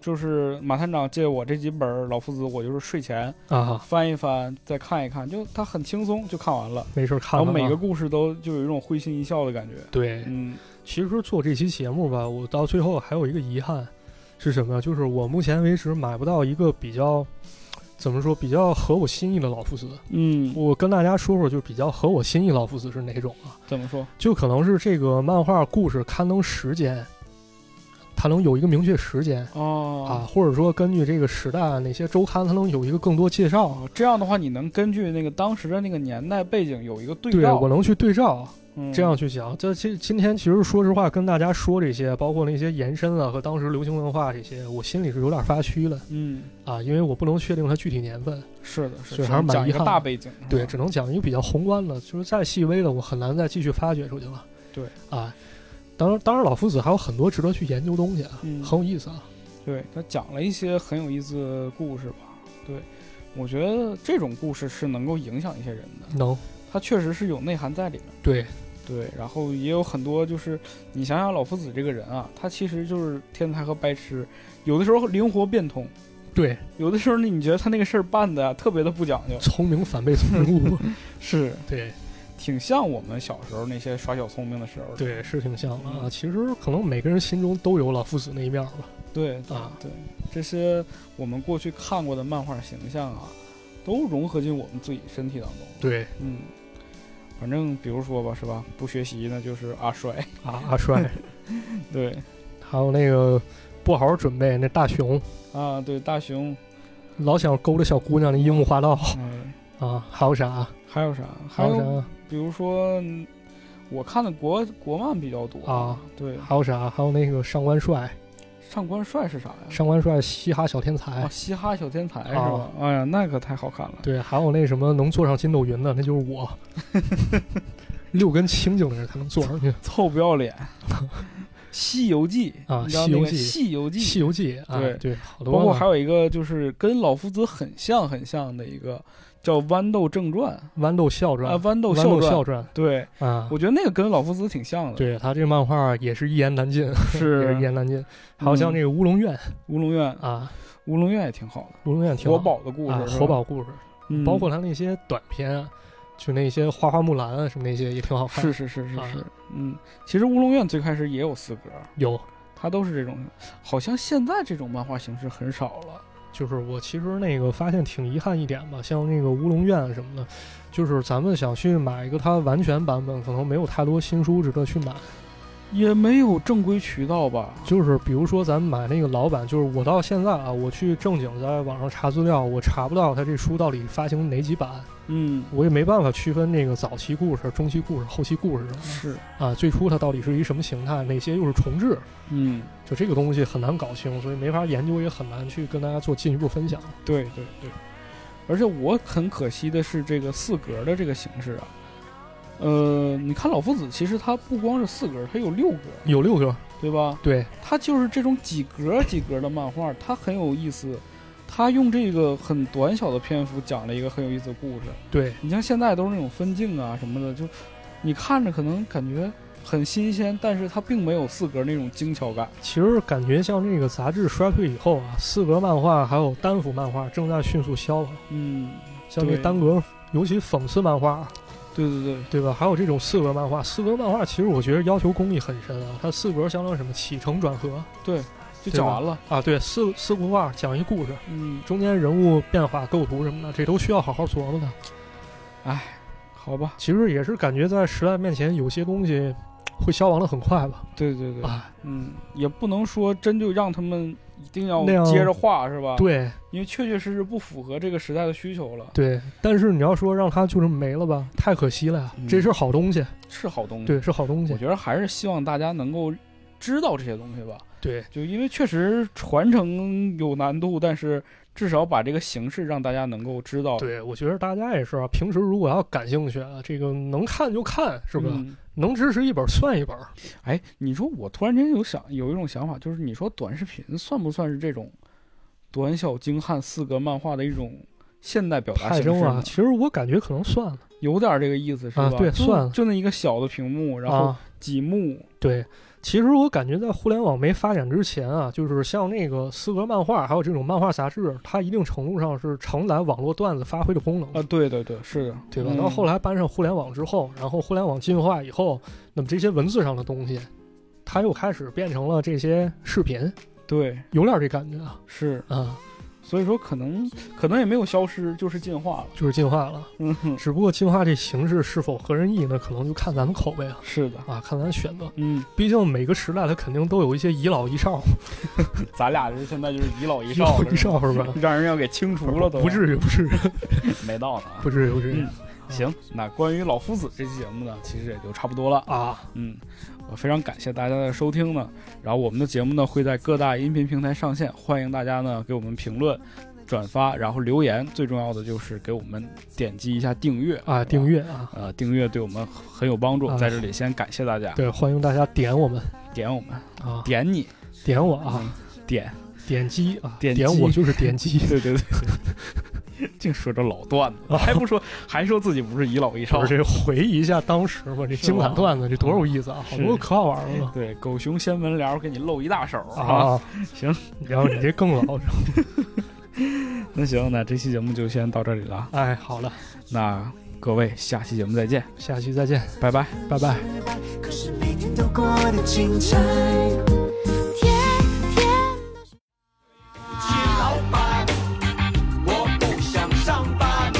Speaker 3: 就是马探长借我这几本《老夫子》，我就是睡前
Speaker 4: 啊，
Speaker 3: 翻一翻，再看一看，就它很轻松就看完了，
Speaker 4: 没事儿看
Speaker 3: 然后每
Speaker 4: 看吧
Speaker 3: 个故事都就有一种会心一笑的感觉。
Speaker 4: 对，
Speaker 3: 嗯，
Speaker 4: 其实做这期节目吧，我到最后还有一个遗憾是什么呀？就是我目前为止买不到一个比较怎么说比较合我心意的老夫子。
Speaker 3: 嗯，
Speaker 4: 我跟大家说说，就比较合我心意老夫子是哪种啊？
Speaker 3: 怎么说？
Speaker 4: 就可能是这个漫画故事刊登时间，它能有一个明确时间啊，
Speaker 3: 哦
Speaker 4: 或者说根据这个时代哪些周刊，它能有一个更多介绍。
Speaker 3: 哦，这样的话，你能根据那个当时的那个年代背景有一个对
Speaker 4: 对，
Speaker 3: 照，
Speaker 4: 我能去对照，
Speaker 3: 嗯
Speaker 4: 这样去讲。这其今天其实说实话，跟大家说这些，包括那些延伸啊和当时流行文化这些，我心里是有点发虚了
Speaker 3: 嗯，
Speaker 4: 啊，因为我不能确定它具体年份，
Speaker 3: 是的，是
Speaker 4: 所
Speaker 3: 的，
Speaker 4: 以还是蛮
Speaker 3: 讲一
Speaker 4: 遗
Speaker 3: 个
Speaker 4: 憾
Speaker 3: 大
Speaker 4: 的
Speaker 3: 背景，是吧
Speaker 4: 对，只能讲一个比较宏观的，就是再细微的，我很难再继续发掘出去了。
Speaker 3: 对
Speaker 4: 啊，当然，当然，老夫子还有很多值得去研究东西啊，
Speaker 3: 嗯
Speaker 4: 很有意思啊。
Speaker 3: 对他讲了一些很有意思的故事吧。对，我觉得这种故事是能够影响一些人的，
Speaker 4: 能
Speaker 3: 它确实是有内涵在里面。
Speaker 4: 对
Speaker 3: 对，然后也有很多就是你想想老夫子这个人啊，他其实就是天才和白痴，有的时候灵活变通，
Speaker 4: 对，
Speaker 3: 有的时候呢你觉得他那个事儿办的啊特别的不讲究，
Speaker 4: 聪明反被聪明误，
Speaker 3: 是
Speaker 4: 对
Speaker 3: 挺像我们小时候那些耍小聪明的时候的。
Speaker 4: 对，是挺像的啊。其实可能每个人心中都有老夫子那一面吧。
Speaker 3: 对对
Speaker 4: 啊
Speaker 3: 对，这些我们过去看过的漫画形象啊，都融合进我们自己身体当中。
Speaker 4: 对
Speaker 3: 嗯，反正比如说吧，是吧？不学习那就是阿 衰。
Speaker 4: 啊，阿衰，
Speaker 3: 对
Speaker 4: 还有那个不好好准备那大熊，
Speaker 3: 啊，对大熊，
Speaker 4: 老想勾搭小姑娘的樱木花道
Speaker 3: 嗯，
Speaker 4: 啊，还有啥？
Speaker 3: 还有啥？还
Speaker 4: 还有
Speaker 3: 有
Speaker 4: 啥？
Speaker 3: 比如说，嗯我看的国国漫比较多
Speaker 4: 啊。
Speaker 3: 对，
Speaker 4: 还有啥？还有那个上官帅，
Speaker 3: 上官帅是啥呀？
Speaker 4: 上官帅嘻哈小天才
Speaker 3: 啊，，嘻哈小天才是吧
Speaker 4: 啊？
Speaker 3: 哎呀，那可太好看了。
Speaker 4: 对，还有那什么能坐上筋斗云的，那就是我。 六根清净的人才能坐 上去。
Speaker 3: 臭不要 脸，西游记
Speaker 4: 啊
Speaker 3: 你知道那个
Speaker 4: 西游记
Speaker 3: 西游记
Speaker 4: 《西游记》啊，
Speaker 3: 对
Speaker 4: 对，好多
Speaker 3: 包括
Speaker 4: 呢
Speaker 3: 还有一个就是跟老夫子很像很像的一个叫《豌豆正传》
Speaker 4: 豌豆笑传，
Speaker 3: 啊，《豌豆
Speaker 4: 豌
Speaker 3: 笑
Speaker 4: 豆
Speaker 3: 传》
Speaker 4: 笑传
Speaker 3: 对，
Speaker 4: 啊
Speaker 3: 我。觉得那个跟老夫子挺像的，，
Speaker 4: 对他这漫画也是一言难尽，也是一
Speaker 3: 是嗯
Speaker 4: 言难尽。还有像这个乌龙院
Speaker 3: 乌龙院，
Speaker 4: 啊，
Speaker 3: 乌龙院也挺好的，
Speaker 4: 乌龙院挺好
Speaker 3: 国宝的故
Speaker 4: 啊，
Speaker 3: 事，是
Speaker 4: 活
Speaker 3: 吧，
Speaker 4: 宝故事，
Speaker 3: 嗯
Speaker 4: 包括他那些短片啊，就那些花花木兰啊什么那些也挺好看。
Speaker 3: 是是是是
Speaker 4: 啊
Speaker 3: 是，嗯，其实乌龙院最开始也有四格，
Speaker 4: 有，
Speaker 3: 它都是这种，好像现在这种漫画形式很少了，
Speaker 4: 就是我其实那个发现挺遗憾一点吧，像那个乌龙院什么的，就是咱们想去买一个它完全版本，可能没有太多新书值得去买。
Speaker 3: 也没有正规渠道吧，
Speaker 4: 就是比如说咱们买那个老版，就是我到现在啊，我去正经在网上查资料，我查不到它这书到底发行哪几版，
Speaker 3: 嗯，
Speaker 4: 我也没办法区分这个早期故事、中期故事、后期故事什么
Speaker 3: 是，
Speaker 4: 的啊，最初它到底是一什么形态，哪些又是重置，
Speaker 3: 嗯，
Speaker 4: 就这个东西很难搞清，所以没法研究，也很难去跟大家做进一步分享。
Speaker 3: 对对对，而且我很可惜的是这个四格的这个形式啊，呃，你看老夫子其实它不光是四格，它有六格，
Speaker 4: 有六个，
Speaker 3: 对吧？
Speaker 4: 对
Speaker 3: 它就是这种几格几格的漫画，它很有意思。它用这个很短小的篇幅讲了一个很有意思的故事。
Speaker 4: 对，
Speaker 3: 你像现在都是那种分镜啊什么的，就你看着可能感觉很新鲜，但是它并没有四格那种精巧感。
Speaker 4: 其实感觉像这个杂志衰退以后啊，四格漫画还有单幅漫画正在迅速消亡，
Speaker 3: 嗯，
Speaker 4: 像这
Speaker 3: 对
Speaker 4: 单格，尤其讽刺漫画，
Speaker 3: 对对对，
Speaker 4: 对吧？还有这种四格漫画，四格漫画其实我觉得要求功力很深啊。它四格相当于什么起承转合
Speaker 3: 就讲完了。
Speaker 4: 啊？对，四四幅画讲一故事，
Speaker 3: 嗯，
Speaker 4: 中间人物变化、构图什么的，这都需要好好琢磨的。
Speaker 3: 好吧，
Speaker 4: 其实也是感觉在时代面前，有些东西会消亡的很快吧？
Speaker 3: 对对对，
Speaker 4: 啊，
Speaker 3: 嗯，也不能说真就让他们一定要
Speaker 4: 那样
Speaker 3: 接着画是吧？，
Speaker 4: 对
Speaker 3: 因为确确实实不符合这个时代的需求了。
Speaker 4: 对。但是你要说让它就是没了吧，太可惜了呀
Speaker 3: 嗯。
Speaker 4: 这是好东西，
Speaker 3: 是好东西，
Speaker 4: 对，是好东西
Speaker 3: 我。觉得还是希望大家能够知道这些东西吧。
Speaker 4: 对，
Speaker 3: 就因为确实传承有难度，但是至少把这个形式让大家能够知道，
Speaker 4: 对，我觉得大家也是啊，平时如果要感兴趣啊，这个能看就看，是吧？
Speaker 3: 嗯
Speaker 4: 能支持一本算一本。
Speaker 3: 哎，你说我突然间有想有一种想法，就是你说短视频算不算是这种短小精悍四格漫画的一种现代表达
Speaker 4: 派
Speaker 3: 形式
Speaker 4: 扔啊
Speaker 3: 呢，
Speaker 4: 其实我感觉可能算了
Speaker 3: 有点这个意思是吧？
Speaker 4: 啊对
Speaker 3: 就
Speaker 4: 算了
Speaker 3: 就那一个小的屏幕，然后
Speaker 4: 啊。
Speaker 3: 几幕，
Speaker 4: 对，其实我感觉在互联网没发展之前啊，就是像那个四格漫画，还有这种漫画杂志，它一定程度上是承载网络段子发挥的功能
Speaker 3: 啊，对对对，是的，
Speaker 4: 对吧？
Speaker 3: 嗯
Speaker 4: 到后来搬上互联网之后，然后互联网进化以后，那么这些文字上的东西，它又开始变成了这些视频，
Speaker 3: 对
Speaker 4: 有点这感觉啊，
Speaker 3: 是，
Speaker 4: 啊，
Speaker 3: 所以说可能可能也没有消失，就是进化了。
Speaker 4: 就是进化了。
Speaker 3: 嗯哼，
Speaker 4: 只不过进化这形式是否合人意呢，可能就看咱们口味 了
Speaker 3: 是的，
Speaker 4: 啊，看咱选择。
Speaker 3: 嗯，
Speaker 4: 毕竟每个时代它肯定都有一些遗老遗少，
Speaker 3: 咱俩人现在就是遗 老遗
Speaker 4: 遗
Speaker 3: 少
Speaker 4: 老
Speaker 3: 了，
Speaker 4: 遗
Speaker 3: 是吧
Speaker 4: 少是吧？
Speaker 3: 让人要给清除 了都，
Speaker 4: 不至于，不至于，
Speaker 3: 没到呢啊。
Speaker 4: 不至于，不至于
Speaker 3: 嗯行，那关于老夫子这期节目呢，其实也就差不多了。
Speaker 4: 啊！
Speaker 3: 嗯，我非常感谢大家的收听呢。然后我们的节目呢会在各大音频平台上线，欢迎大家呢给我们评论、转发，然后留言。最重要的就是给我们点击一下订阅
Speaker 4: 啊，订。阅啊，
Speaker 3: 呃，订阅对我们很有帮助，
Speaker 4: 啊
Speaker 3: 在这里先感谢大家，
Speaker 4: 对，欢迎大家点我们
Speaker 3: 点我们，
Speaker 4: 啊，
Speaker 3: 点你
Speaker 4: 点我啊，
Speaker 3: 嗯点，
Speaker 4: 点击啊，
Speaker 3: 点
Speaker 4: 点
Speaker 3: 击，
Speaker 4: 我就是点击
Speaker 3: 对对对， 净说这老段子， 还不说，还说自己不是遗老遗少
Speaker 4: 我，这回忆一下当时吧，这
Speaker 3: 是
Speaker 4: 精
Speaker 3: 吧
Speaker 4: 彩段子，这多有意思啊，好多
Speaker 3: 是
Speaker 4: 可好玩了
Speaker 3: 对，狗熊掀门帘儿给你露一大手儿啊！
Speaker 4: 啊！
Speaker 3: 行，
Speaker 4: 然后你这更老，
Speaker 3: 那行，那这期节目就先到这里了，
Speaker 4: 哎，好了，
Speaker 3: 那各位下期节目再见，
Speaker 4: 下期再见，
Speaker 3: 拜拜。
Speaker 4: 拜拜。
Speaker 1: 可是每天都过得精彩。
Speaker 6: 天天都是。
Speaker 1: 起老板，我不想上班。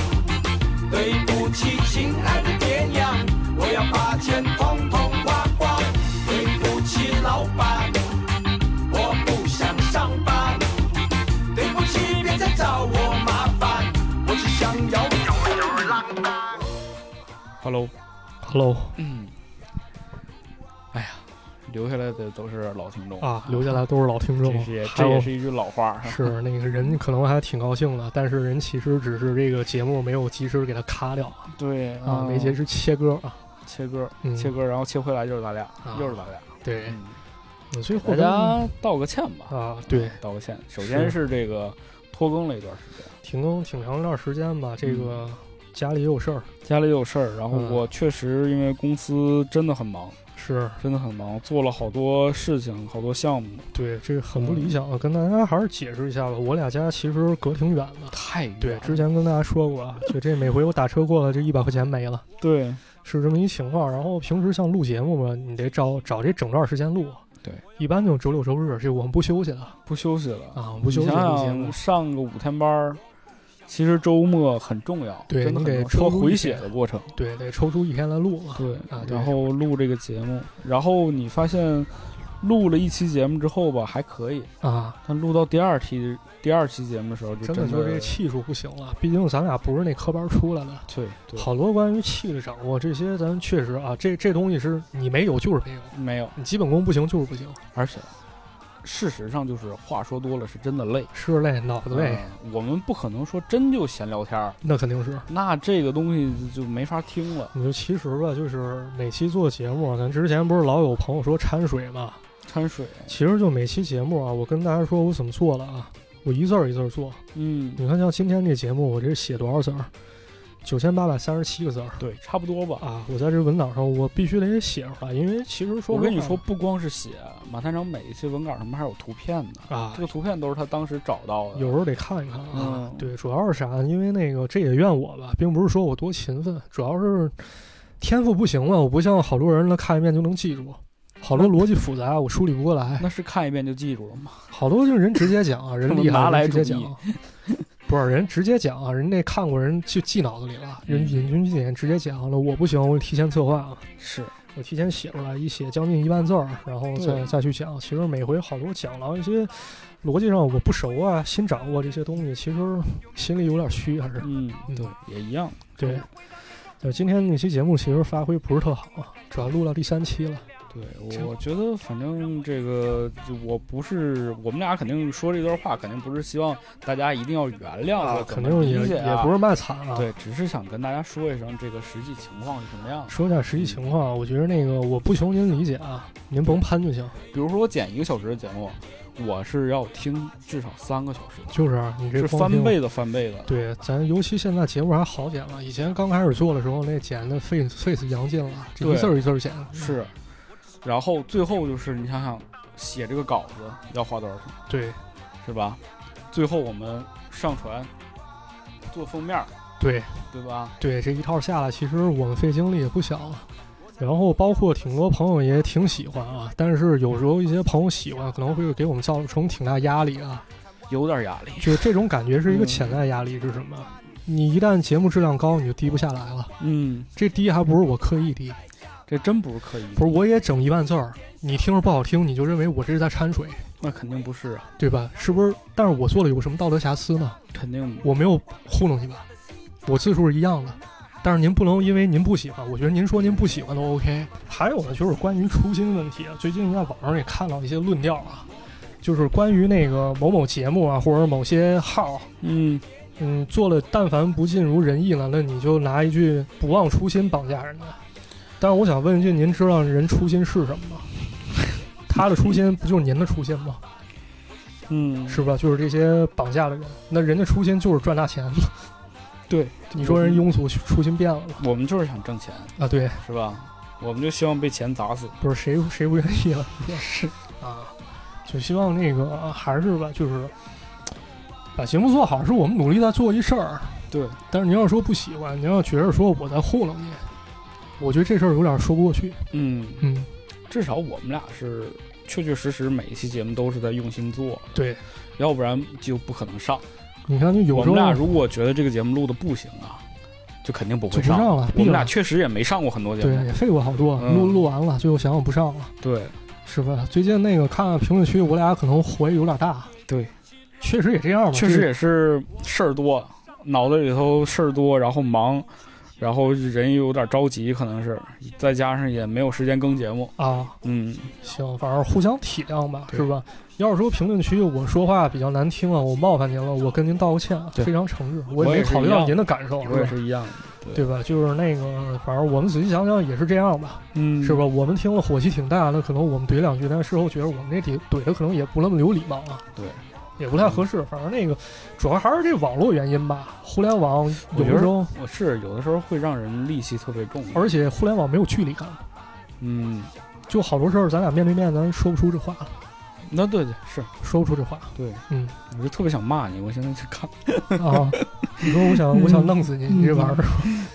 Speaker 1: 对不起，亲爱的爹娘，我要把钱统统花光。对不起，老板，我不想上班。对不起，别再找我麻烦，我只想要游游浪荡。
Speaker 3: Hello，
Speaker 4: Hello
Speaker 3: 留下来的都是老听众
Speaker 4: 啊，留下来都是老听众
Speaker 3: 这是也，
Speaker 4: 还
Speaker 3: 这
Speaker 4: 有
Speaker 3: 也是一句老话，
Speaker 4: 是那个人可能还挺高兴的，但是人其实只是这个节目没有及时给他卡掉啊
Speaker 3: 对
Speaker 4: 啊，没及
Speaker 3: 事，
Speaker 4: 时切割啊，
Speaker 3: 切歌，
Speaker 4: 嗯，
Speaker 3: 切歌，然后切回来就是咱俩，
Speaker 4: 啊
Speaker 3: 又是咱俩，
Speaker 4: 对，
Speaker 3: 嗯
Speaker 4: 嗯所以
Speaker 3: 大
Speaker 4: 后来
Speaker 3: 家道个歉吧，
Speaker 4: 啊，对，
Speaker 3: 道个歉。首先是这个拖更了一段时间，
Speaker 4: 停更挺长一段时间吧，这个家里也有事儿，
Speaker 3: 家里有事儿，然后
Speaker 4: 嗯
Speaker 3: 我确实因为公司真的很忙，
Speaker 4: 是
Speaker 3: 真的很忙，做了好多事情，好多项目，
Speaker 4: 对，这个很
Speaker 3: 嗯
Speaker 4: 不理想啊，跟大家还是解释一下吧，我俩家其实隔挺远的。
Speaker 3: 太远
Speaker 4: 对，
Speaker 3: 了
Speaker 4: 之前跟大家说过啊，就这每回我打车过来，这一百块钱没了，
Speaker 3: 对
Speaker 4: 是这么一情况。然后平时像录节目嘛，你得找找这整段时间录。
Speaker 3: 对，
Speaker 4: 一般就周六周日，这我们不休息的
Speaker 3: 不休息了，
Speaker 4: 啊，我们不休
Speaker 3: 你
Speaker 4: 息录
Speaker 3: 想
Speaker 4: 节目
Speaker 3: 想。上个五天班儿，其实周末很重要，
Speaker 4: 对
Speaker 3: 真的
Speaker 4: 你
Speaker 3: 很
Speaker 4: 得
Speaker 3: 重要是
Speaker 4: 抽出
Speaker 3: 个
Speaker 4: 一
Speaker 3: 回
Speaker 4: 天
Speaker 3: 血的过程。
Speaker 4: 对，得抽出一天来录啊。
Speaker 3: 对
Speaker 4: 啊对
Speaker 3: 然后录这个节目，然后你发现录了一期节目之后吧，还可以，
Speaker 4: 啊，
Speaker 3: 但录到第二期第二期节目的时候就
Speaker 4: 真
Speaker 3: 的
Speaker 4: 的就是这个气数不行了，毕竟咱俩不是那科班出来的。
Speaker 3: 对对
Speaker 4: 好多关于气的掌握，这些咱确实啊，这这东西是你没有就是没有，
Speaker 3: 没有，
Speaker 4: 你基本功不行就是不行，
Speaker 3: 而且事实上就是话说多了是真的累。
Speaker 4: 是累脑子累，
Speaker 3: 嗯我们不可能说真就闲聊天儿，
Speaker 4: 那肯定是。
Speaker 3: 那这个东西就没法听了。
Speaker 4: 你就其实吧，就是每期做节目，啊咱之前不是老有朋友说掺水嘛，
Speaker 3: 掺水，
Speaker 4: 其实就每期节目啊，我跟大家说我怎么做的啊，我一字儿一字儿做。
Speaker 3: 嗯，
Speaker 4: 你看像今天这节目，我这写多少字儿？九千八百三十七个字儿
Speaker 3: 对，差不多吧。
Speaker 4: 啊！我在这文档上，我必须得写出来，因为其实说
Speaker 3: 我跟
Speaker 4: 实
Speaker 3: 你
Speaker 4: 话
Speaker 3: 说，不光是写马探长每一期文稿上面还有图片呢，
Speaker 4: 啊
Speaker 3: 这，个图片都是他当时找到的。
Speaker 4: 有时候得看一看啊
Speaker 3: 嗯。
Speaker 4: 对，主要是啥？因为那个这也怨我吧，并不是说我多勤奋，主要是天赋不行了。我不像好多人，他看一遍就能记住，好多逻辑复杂，我梳理不过来。
Speaker 3: 那是看一遍就记住了吗？
Speaker 4: 好多就是人直接讲啊，人 厉害，
Speaker 3: 拿来
Speaker 4: 人直接
Speaker 3: 主义
Speaker 4: 讲啊，不是人直接讲啊，人那看过人就记脑子里了，
Speaker 3: 嗯
Speaker 4: 人引经据典直接讲了。我不行，我提前策划啊，
Speaker 3: 是，
Speaker 4: 我提前写出来，一写将近一万字儿，然后再
Speaker 3: 对
Speaker 4: 再去讲。其实每回好多讲了一些逻辑上我不熟啊，新掌握这些东西，其实心里有点虚，还是
Speaker 3: 嗯，
Speaker 4: 嗯
Speaker 3: 对，也一样。
Speaker 4: 对。就今天那期节目其实发挥不是特好啊，主要录到第三期了。
Speaker 3: 对，
Speaker 4: 这
Speaker 3: 我觉得反正这个，就我不是我们俩肯定说这段话，肯定不是希望大家一定要原谅或者怎
Speaker 4: 肯
Speaker 3: 么
Speaker 4: 定
Speaker 3: 理
Speaker 4: 也
Speaker 3: 解啊
Speaker 4: 也不是卖惨啊，
Speaker 3: 对，只是想跟大家说一声这个实际情况是什么样的。
Speaker 4: 说一下实际情况，我觉得那个我不求您理解啊，您甭攀就行。
Speaker 3: 比如说我剪一个小时的节目，我是要听至少三个小时的，
Speaker 4: 就是啊你这
Speaker 3: 是
Speaker 4: 光
Speaker 3: 翻
Speaker 4: 听
Speaker 3: 倍的翻倍的。
Speaker 4: 对，咱尤其现在节目还好剪了，以前刚开始做的时候，那剪的费费死洋劲了，这一
Speaker 3: 对
Speaker 4: 字儿一字儿剪。
Speaker 3: 是，然后最后就是你想想，写这个稿子要花多少钱，
Speaker 4: 对
Speaker 3: 是吧？最后我们上传，做封面儿，
Speaker 4: 对
Speaker 3: 对吧？
Speaker 4: 对，这一套下来，其实我们费精力也不小啊。然后包括挺多朋友也挺喜欢啊，但是有时候一些朋友喜欢可能会给我们造成挺大压力啊。
Speaker 3: 有点压力。
Speaker 4: 就这种感觉是一个潜在压力是什么？你一旦节目质量高，你就低不下来了。
Speaker 3: 嗯，
Speaker 4: 这低还不是我刻意低，
Speaker 3: 这真不是刻意的，
Speaker 4: 不是我也整一万字儿，你听着不好听，你就认为我这是在掺水，
Speaker 3: 那肯定不是啊，
Speaker 4: 对吧？是不是？但是我做的有什么道德瑕疵呢？
Speaker 3: 肯定
Speaker 4: 我没有糊弄你们，我字数是一样的。但是您不能因为您不喜欢，我觉得您说您不喜欢都 OK。还有呢，就是关于初心问题啊，最近在网上也看到一些论调啊，就是关于那个某某节目啊，或者某些号，
Speaker 3: 嗯，
Speaker 4: 嗯，做了但凡不尽如人意了，那你就拿一句“不忘初心”绑架人家。但是我想问一句，您知道人初心是什么吗？他的初心不就是您的初心吗？
Speaker 3: 嗯，
Speaker 4: 是吧？就是这些绑架的人，那人家初心就是赚大钱嘛。
Speaker 3: 对，
Speaker 4: 你说人庸俗初心变了吗？
Speaker 3: 我们就是想挣钱，
Speaker 4: 啊，对，
Speaker 3: 是吧？我们就希望被钱砸死。
Speaker 4: 不是谁谁不愿 意了？是啊，就希望那个啊还是吧，就是把节目做好，是我们努力在做一事儿。
Speaker 3: 对，
Speaker 4: 但是你要说不喜欢，你要觉着说我在糊弄你，我觉得这事儿有点说不过去。
Speaker 3: 嗯，
Speaker 4: 嗯，
Speaker 3: 至少我们俩是确确实实每一期节目都是在用心做，
Speaker 4: 对，
Speaker 3: 要不然就不可能上。
Speaker 4: 你看，就有
Speaker 3: 我
Speaker 4: 时
Speaker 3: 们
Speaker 4: 候
Speaker 3: 俩如果觉得这个节目录的不行啊，就肯定不
Speaker 4: 就
Speaker 3: 会
Speaker 4: 不啊上了，
Speaker 3: 我
Speaker 4: 毙
Speaker 3: 们
Speaker 4: 了
Speaker 3: 俩确实也没上过很多节
Speaker 4: 对
Speaker 3: 目，
Speaker 4: 也废过好多，
Speaker 3: 嗯
Speaker 4: 录录完了，最后想想不上了。
Speaker 3: 对
Speaker 4: 是吧？最近那个看评论区，我俩可能活跃有点大。
Speaker 3: 对，
Speaker 4: 确实也这样吧。
Speaker 3: 确实
Speaker 4: 这
Speaker 3: 也是事儿多，脑子里头事儿多，然后忙，然后人也有点着急，可能是再加上也没有时间更节目，
Speaker 4: 啊，
Speaker 3: 嗯，
Speaker 4: 行，反正互相体谅吧，
Speaker 3: 对
Speaker 4: 是吧？要是说评论区我说话比较难听啊，我冒犯您了，我跟您道个歉啊，
Speaker 3: 对
Speaker 4: 非常诚挚，
Speaker 3: 我
Speaker 4: 也
Speaker 3: 也
Speaker 4: 没
Speaker 3: 是
Speaker 4: 考虑
Speaker 3: 一
Speaker 4: 到
Speaker 3: 样
Speaker 4: 您的感受，
Speaker 3: 我也
Speaker 4: 是吧
Speaker 3: 是一样的，
Speaker 4: 对吧？就是那个，反正我们仔细想想也是这样吧，
Speaker 3: 嗯
Speaker 4: 是吧？？我们听了火气挺大，那可能我们怼两句，但事后觉得我们这怼怼的可能也不那么有礼貌啊，
Speaker 3: 对，
Speaker 4: 也不太合适。反正那个主要还是这网络原因吧，互联网有
Speaker 3: 我觉
Speaker 4: 的
Speaker 3: 得
Speaker 4: 时候，
Speaker 3: 我是有的时候会让人戾气特别重，
Speaker 4: 而且互联网没有距离感。
Speaker 3: 嗯，
Speaker 4: 就好多事儿，咱俩面对面，咱说不出这话了，
Speaker 3: 那对对是
Speaker 4: 说不出这话
Speaker 3: 对，
Speaker 4: 嗯，
Speaker 3: 我就特别想骂你，我现在就看，
Speaker 4: 啊！ 你说我想，我想弄死你，你这玩意儿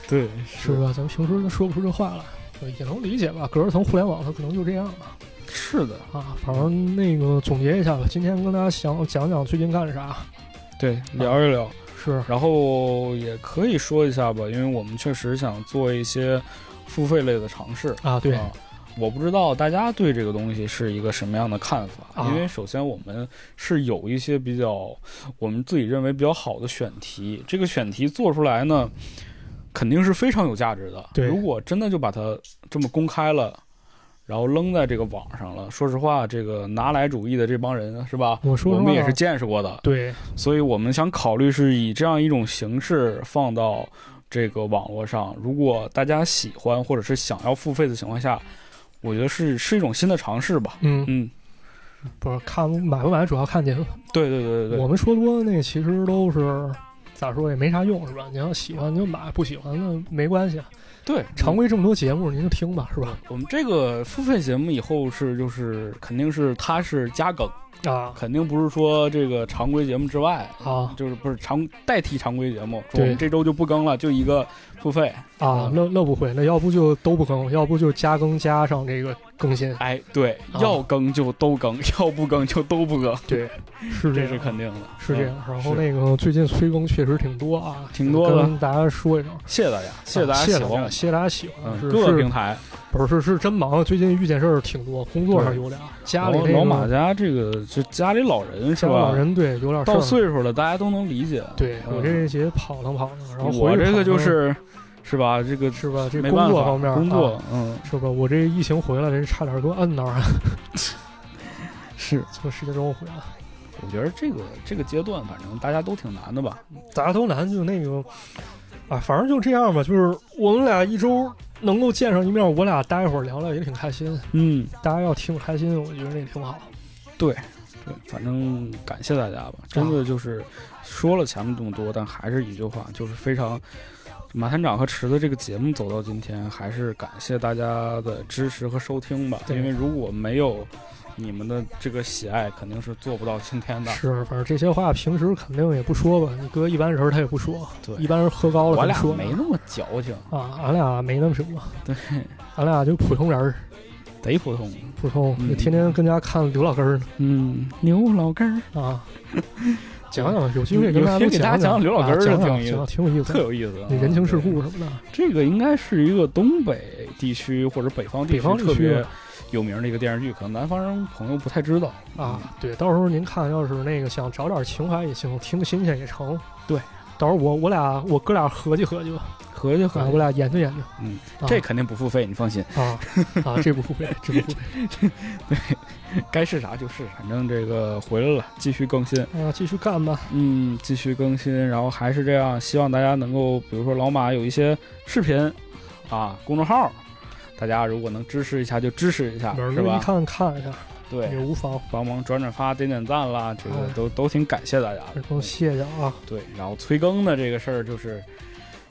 Speaker 3: 对，
Speaker 4: 是吧？咱们平时都说不出这话来，对也能理解吧？隔着层互联网，它可能就这样了
Speaker 3: 是的，
Speaker 4: 啊。反正那个总结一下吧，今天跟大家想讲讲最近干啥，
Speaker 3: 对，聊一聊。
Speaker 4: 是
Speaker 3: 然后也可以说一下吧，因为我们确实想做一些付费类的尝试。
Speaker 4: 啊，对
Speaker 3: 啊我不知道大家对这个东西是一个什么样的看法，
Speaker 4: 啊
Speaker 3: 因为首先我们是有一些比较我们自己认为比较好的选题，这个选题做出来呢，肯定是非常有价值的。
Speaker 4: 对
Speaker 3: 如果真的就把它这么公开了。然后扔在这个网上了。说实话，这个拿来主义的这帮人是吧？
Speaker 4: 我说
Speaker 3: 我们
Speaker 4: 实
Speaker 3: 也
Speaker 4: 话
Speaker 3: 是见识过的，
Speaker 4: 对
Speaker 3: 所以我们想考虑是以这样一种形式放到这个网络上。如果大家喜欢或者是想要付费的情况下，我觉得是是一种新的尝试吧。
Speaker 4: 嗯，
Speaker 3: 嗯，
Speaker 4: 不是看买不买，主要看您了。
Speaker 3: 对对对对
Speaker 4: 我
Speaker 3: 对，
Speaker 4: 们说多那其实都是咋说也没啥用，是吧？你要喜欢就买，不喜欢那没关系。啊
Speaker 3: 对
Speaker 4: 常。规这么多节目，您就听吧，是吧？
Speaker 3: 我们这个付费节目以后是就是肯定是它是加梗，
Speaker 4: 啊
Speaker 3: 肯定不是说这个常规节目之外，
Speaker 4: 啊
Speaker 3: 就是不是常代替常规节目，说
Speaker 4: 对
Speaker 3: 我们这周就不更了，就一个付费。
Speaker 4: 啊！那那不会，那要不就都不更，要不就加更加上这个更新，
Speaker 3: 哎，对，
Speaker 4: 啊
Speaker 3: 要更就都更，要不更就都不更，
Speaker 4: 对，是
Speaker 3: 这
Speaker 4: 这样
Speaker 3: 是肯定的，
Speaker 4: 是这
Speaker 3: 嗯
Speaker 4: 样。然后那个最近催更确实挺多啊，
Speaker 3: 挺多的
Speaker 4: 跟大家说一声。
Speaker 3: 谢谢大家，谢谢大家
Speaker 4: 啊
Speaker 3: 喜
Speaker 4: 谢
Speaker 3: 欢我们，
Speaker 4: 谢谢大家喜欢。
Speaker 3: 嗯
Speaker 4: 是
Speaker 3: 各个平
Speaker 4: 是，
Speaker 3: 台，
Speaker 4: 不是是真忙，最近遇见事儿挺多，工作上
Speaker 3: 对
Speaker 4: 有点儿，家里
Speaker 3: 老
Speaker 4: 这个
Speaker 3: 老马家这个就家里老人是
Speaker 4: 家
Speaker 3: 吧？
Speaker 4: 老人对有点事
Speaker 3: 到
Speaker 4: 儿。
Speaker 3: 岁数了，大家都能理解。
Speaker 4: 对
Speaker 3: 嗯
Speaker 4: 我这节跑腾跑腾，然后
Speaker 3: 我
Speaker 4: 回去
Speaker 3: 这个就
Speaker 4: 跑腾
Speaker 3: 是是吧？这个
Speaker 4: 是吧？这
Speaker 3: 没
Speaker 4: 工
Speaker 3: 办
Speaker 4: 作
Speaker 3: 法，
Speaker 4: 方面啊，
Speaker 3: 工作嗯
Speaker 4: 是吧？我这疫情回来，这差点给我摁那儿了，
Speaker 3: 是，
Speaker 4: 从世界中回来。
Speaker 3: 我觉得这个这个阶段，反正大家都挺难的吧？
Speaker 4: 大家都难，就那个，啊，反正就这样吧。就是我们俩一周能够见上一面，我俩待一会儿聊聊也挺开心。
Speaker 3: 嗯，
Speaker 4: 大家要听着开心，我觉得这挺好。
Speaker 3: 对，对，反正感谢大家吧，真的就是说了前面这么多，但还是一句话，就是非常马探长和池子这个节目走到今天，还是感谢大家的支持和收听吧，
Speaker 4: 对
Speaker 3: 因为如果没有你们的这个喜爱，肯定是做不到今天的。
Speaker 4: 是，反正这些话平时肯定也不说吧，你哥一般人他也不说，
Speaker 3: 对
Speaker 4: 一般人喝高了
Speaker 3: 我
Speaker 4: 他
Speaker 3: 俩
Speaker 4: 说
Speaker 3: 没那么矫情，
Speaker 4: 啊，俺俩没那么什么，
Speaker 3: 对，
Speaker 4: 俺俩就普通人儿，
Speaker 3: 贼普通。
Speaker 4: 普通，
Speaker 3: 嗯
Speaker 4: 就天天跟家看刘老根儿呢
Speaker 3: 嗯，牛老根儿
Speaker 4: 啊，讲讲有机会跟
Speaker 3: 有
Speaker 4: 大家
Speaker 3: 机会
Speaker 4: 都
Speaker 3: 给大家
Speaker 4: 讲
Speaker 3: 讲刘老根儿
Speaker 4: 啊讲
Speaker 3: 挺有
Speaker 4: 讲
Speaker 3: 意思
Speaker 4: 讲，挺有意思
Speaker 3: 特
Speaker 4: 的，
Speaker 3: 有意思啊，
Speaker 4: 这人情世
Speaker 3: 对
Speaker 4: 故什么的，
Speaker 3: 这个应该是一个东北地区或者北方地
Speaker 4: 北
Speaker 3: 区
Speaker 4: 方地
Speaker 3: 特
Speaker 4: 区
Speaker 3: 别有名的一个电视剧，可能南方人朋友不太知道
Speaker 4: 啊，对，到时候您看，要是那个想找点情怀也行，听个新鲜也成。
Speaker 3: 对，
Speaker 4: 到时候我我俩我哥俩合计合计吧，
Speaker 3: 嗯，合计
Speaker 4: 啊
Speaker 3: 合
Speaker 4: 我
Speaker 3: 计，
Speaker 4: 俩研究研究
Speaker 3: 嗯，
Speaker 4: 啊
Speaker 3: 这肯定不付费，你放 心，
Speaker 4: 啊啊，这不付费，这不付费
Speaker 3: 该是啥就是，反正这个回来了，继续更新，
Speaker 4: 啊，继续干吧。
Speaker 3: 嗯，继续更新，然后还是这样，希望大家能够，比如说老马有一些视频啊，公众号。大家如果能支持一下就支持一下，啊是
Speaker 4: 能一
Speaker 3: 吧？
Speaker 4: 看看一下也
Speaker 3: 对，
Speaker 4: 无妨，
Speaker 3: 帮忙转转发、点点赞啦，这个
Speaker 4: 哎
Speaker 3: 都都挺感谢大家的。
Speaker 4: 都谢谢啊。
Speaker 3: 对，然后催更的这个事儿就是，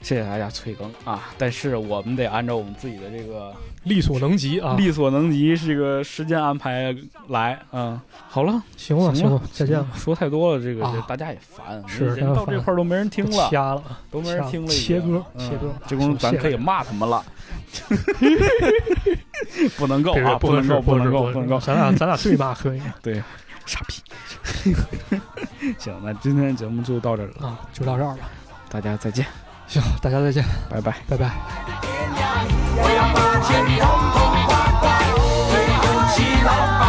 Speaker 3: 谢谢大家催更啊！但是我们得按照我们自己的这个
Speaker 4: 力所能及啊，
Speaker 3: 力所能及这个时间安排来嗯，好了，
Speaker 4: 行了
Speaker 3: 行
Speaker 4: 了，再见
Speaker 3: 了。说太多了，这个这
Speaker 4: 啊
Speaker 3: 大家也烦，
Speaker 4: 是
Speaker 3: 人到这块儿都没人听了，
Speaker 4: 掐了，
Speaker 3: 都没人听了已经，
Speaker 4: 切割
Speaker 3: 嗯
Speaker 4: 切割
Speaker 3: 这功夫咱可以骂他们 了，不能够
Speaker 4: 别
Speaker 3: 啊，
Speaker 4: 别
Speaker 3: 不能够，
Speaker 4: 不
Speaker 3: 能
Speaker 4: 合
Speaker 3: 够，
Speaker 4: 适
Speaker 3: 不能够，
Speaker 4: 咱俩咱俩对骂可以
Speaker 3: 傻逼。 行，那今天节目就到这儿了，
Speaker 4: 啊，就到这儿吧。
Speaker 3: 大家再见，
Speaker 4: 行，大家再见，
Speaker 3: 拜拜。
Speaker 4: 拜拜。
Speaker 1: 我要把钱统统花光，对不起老板。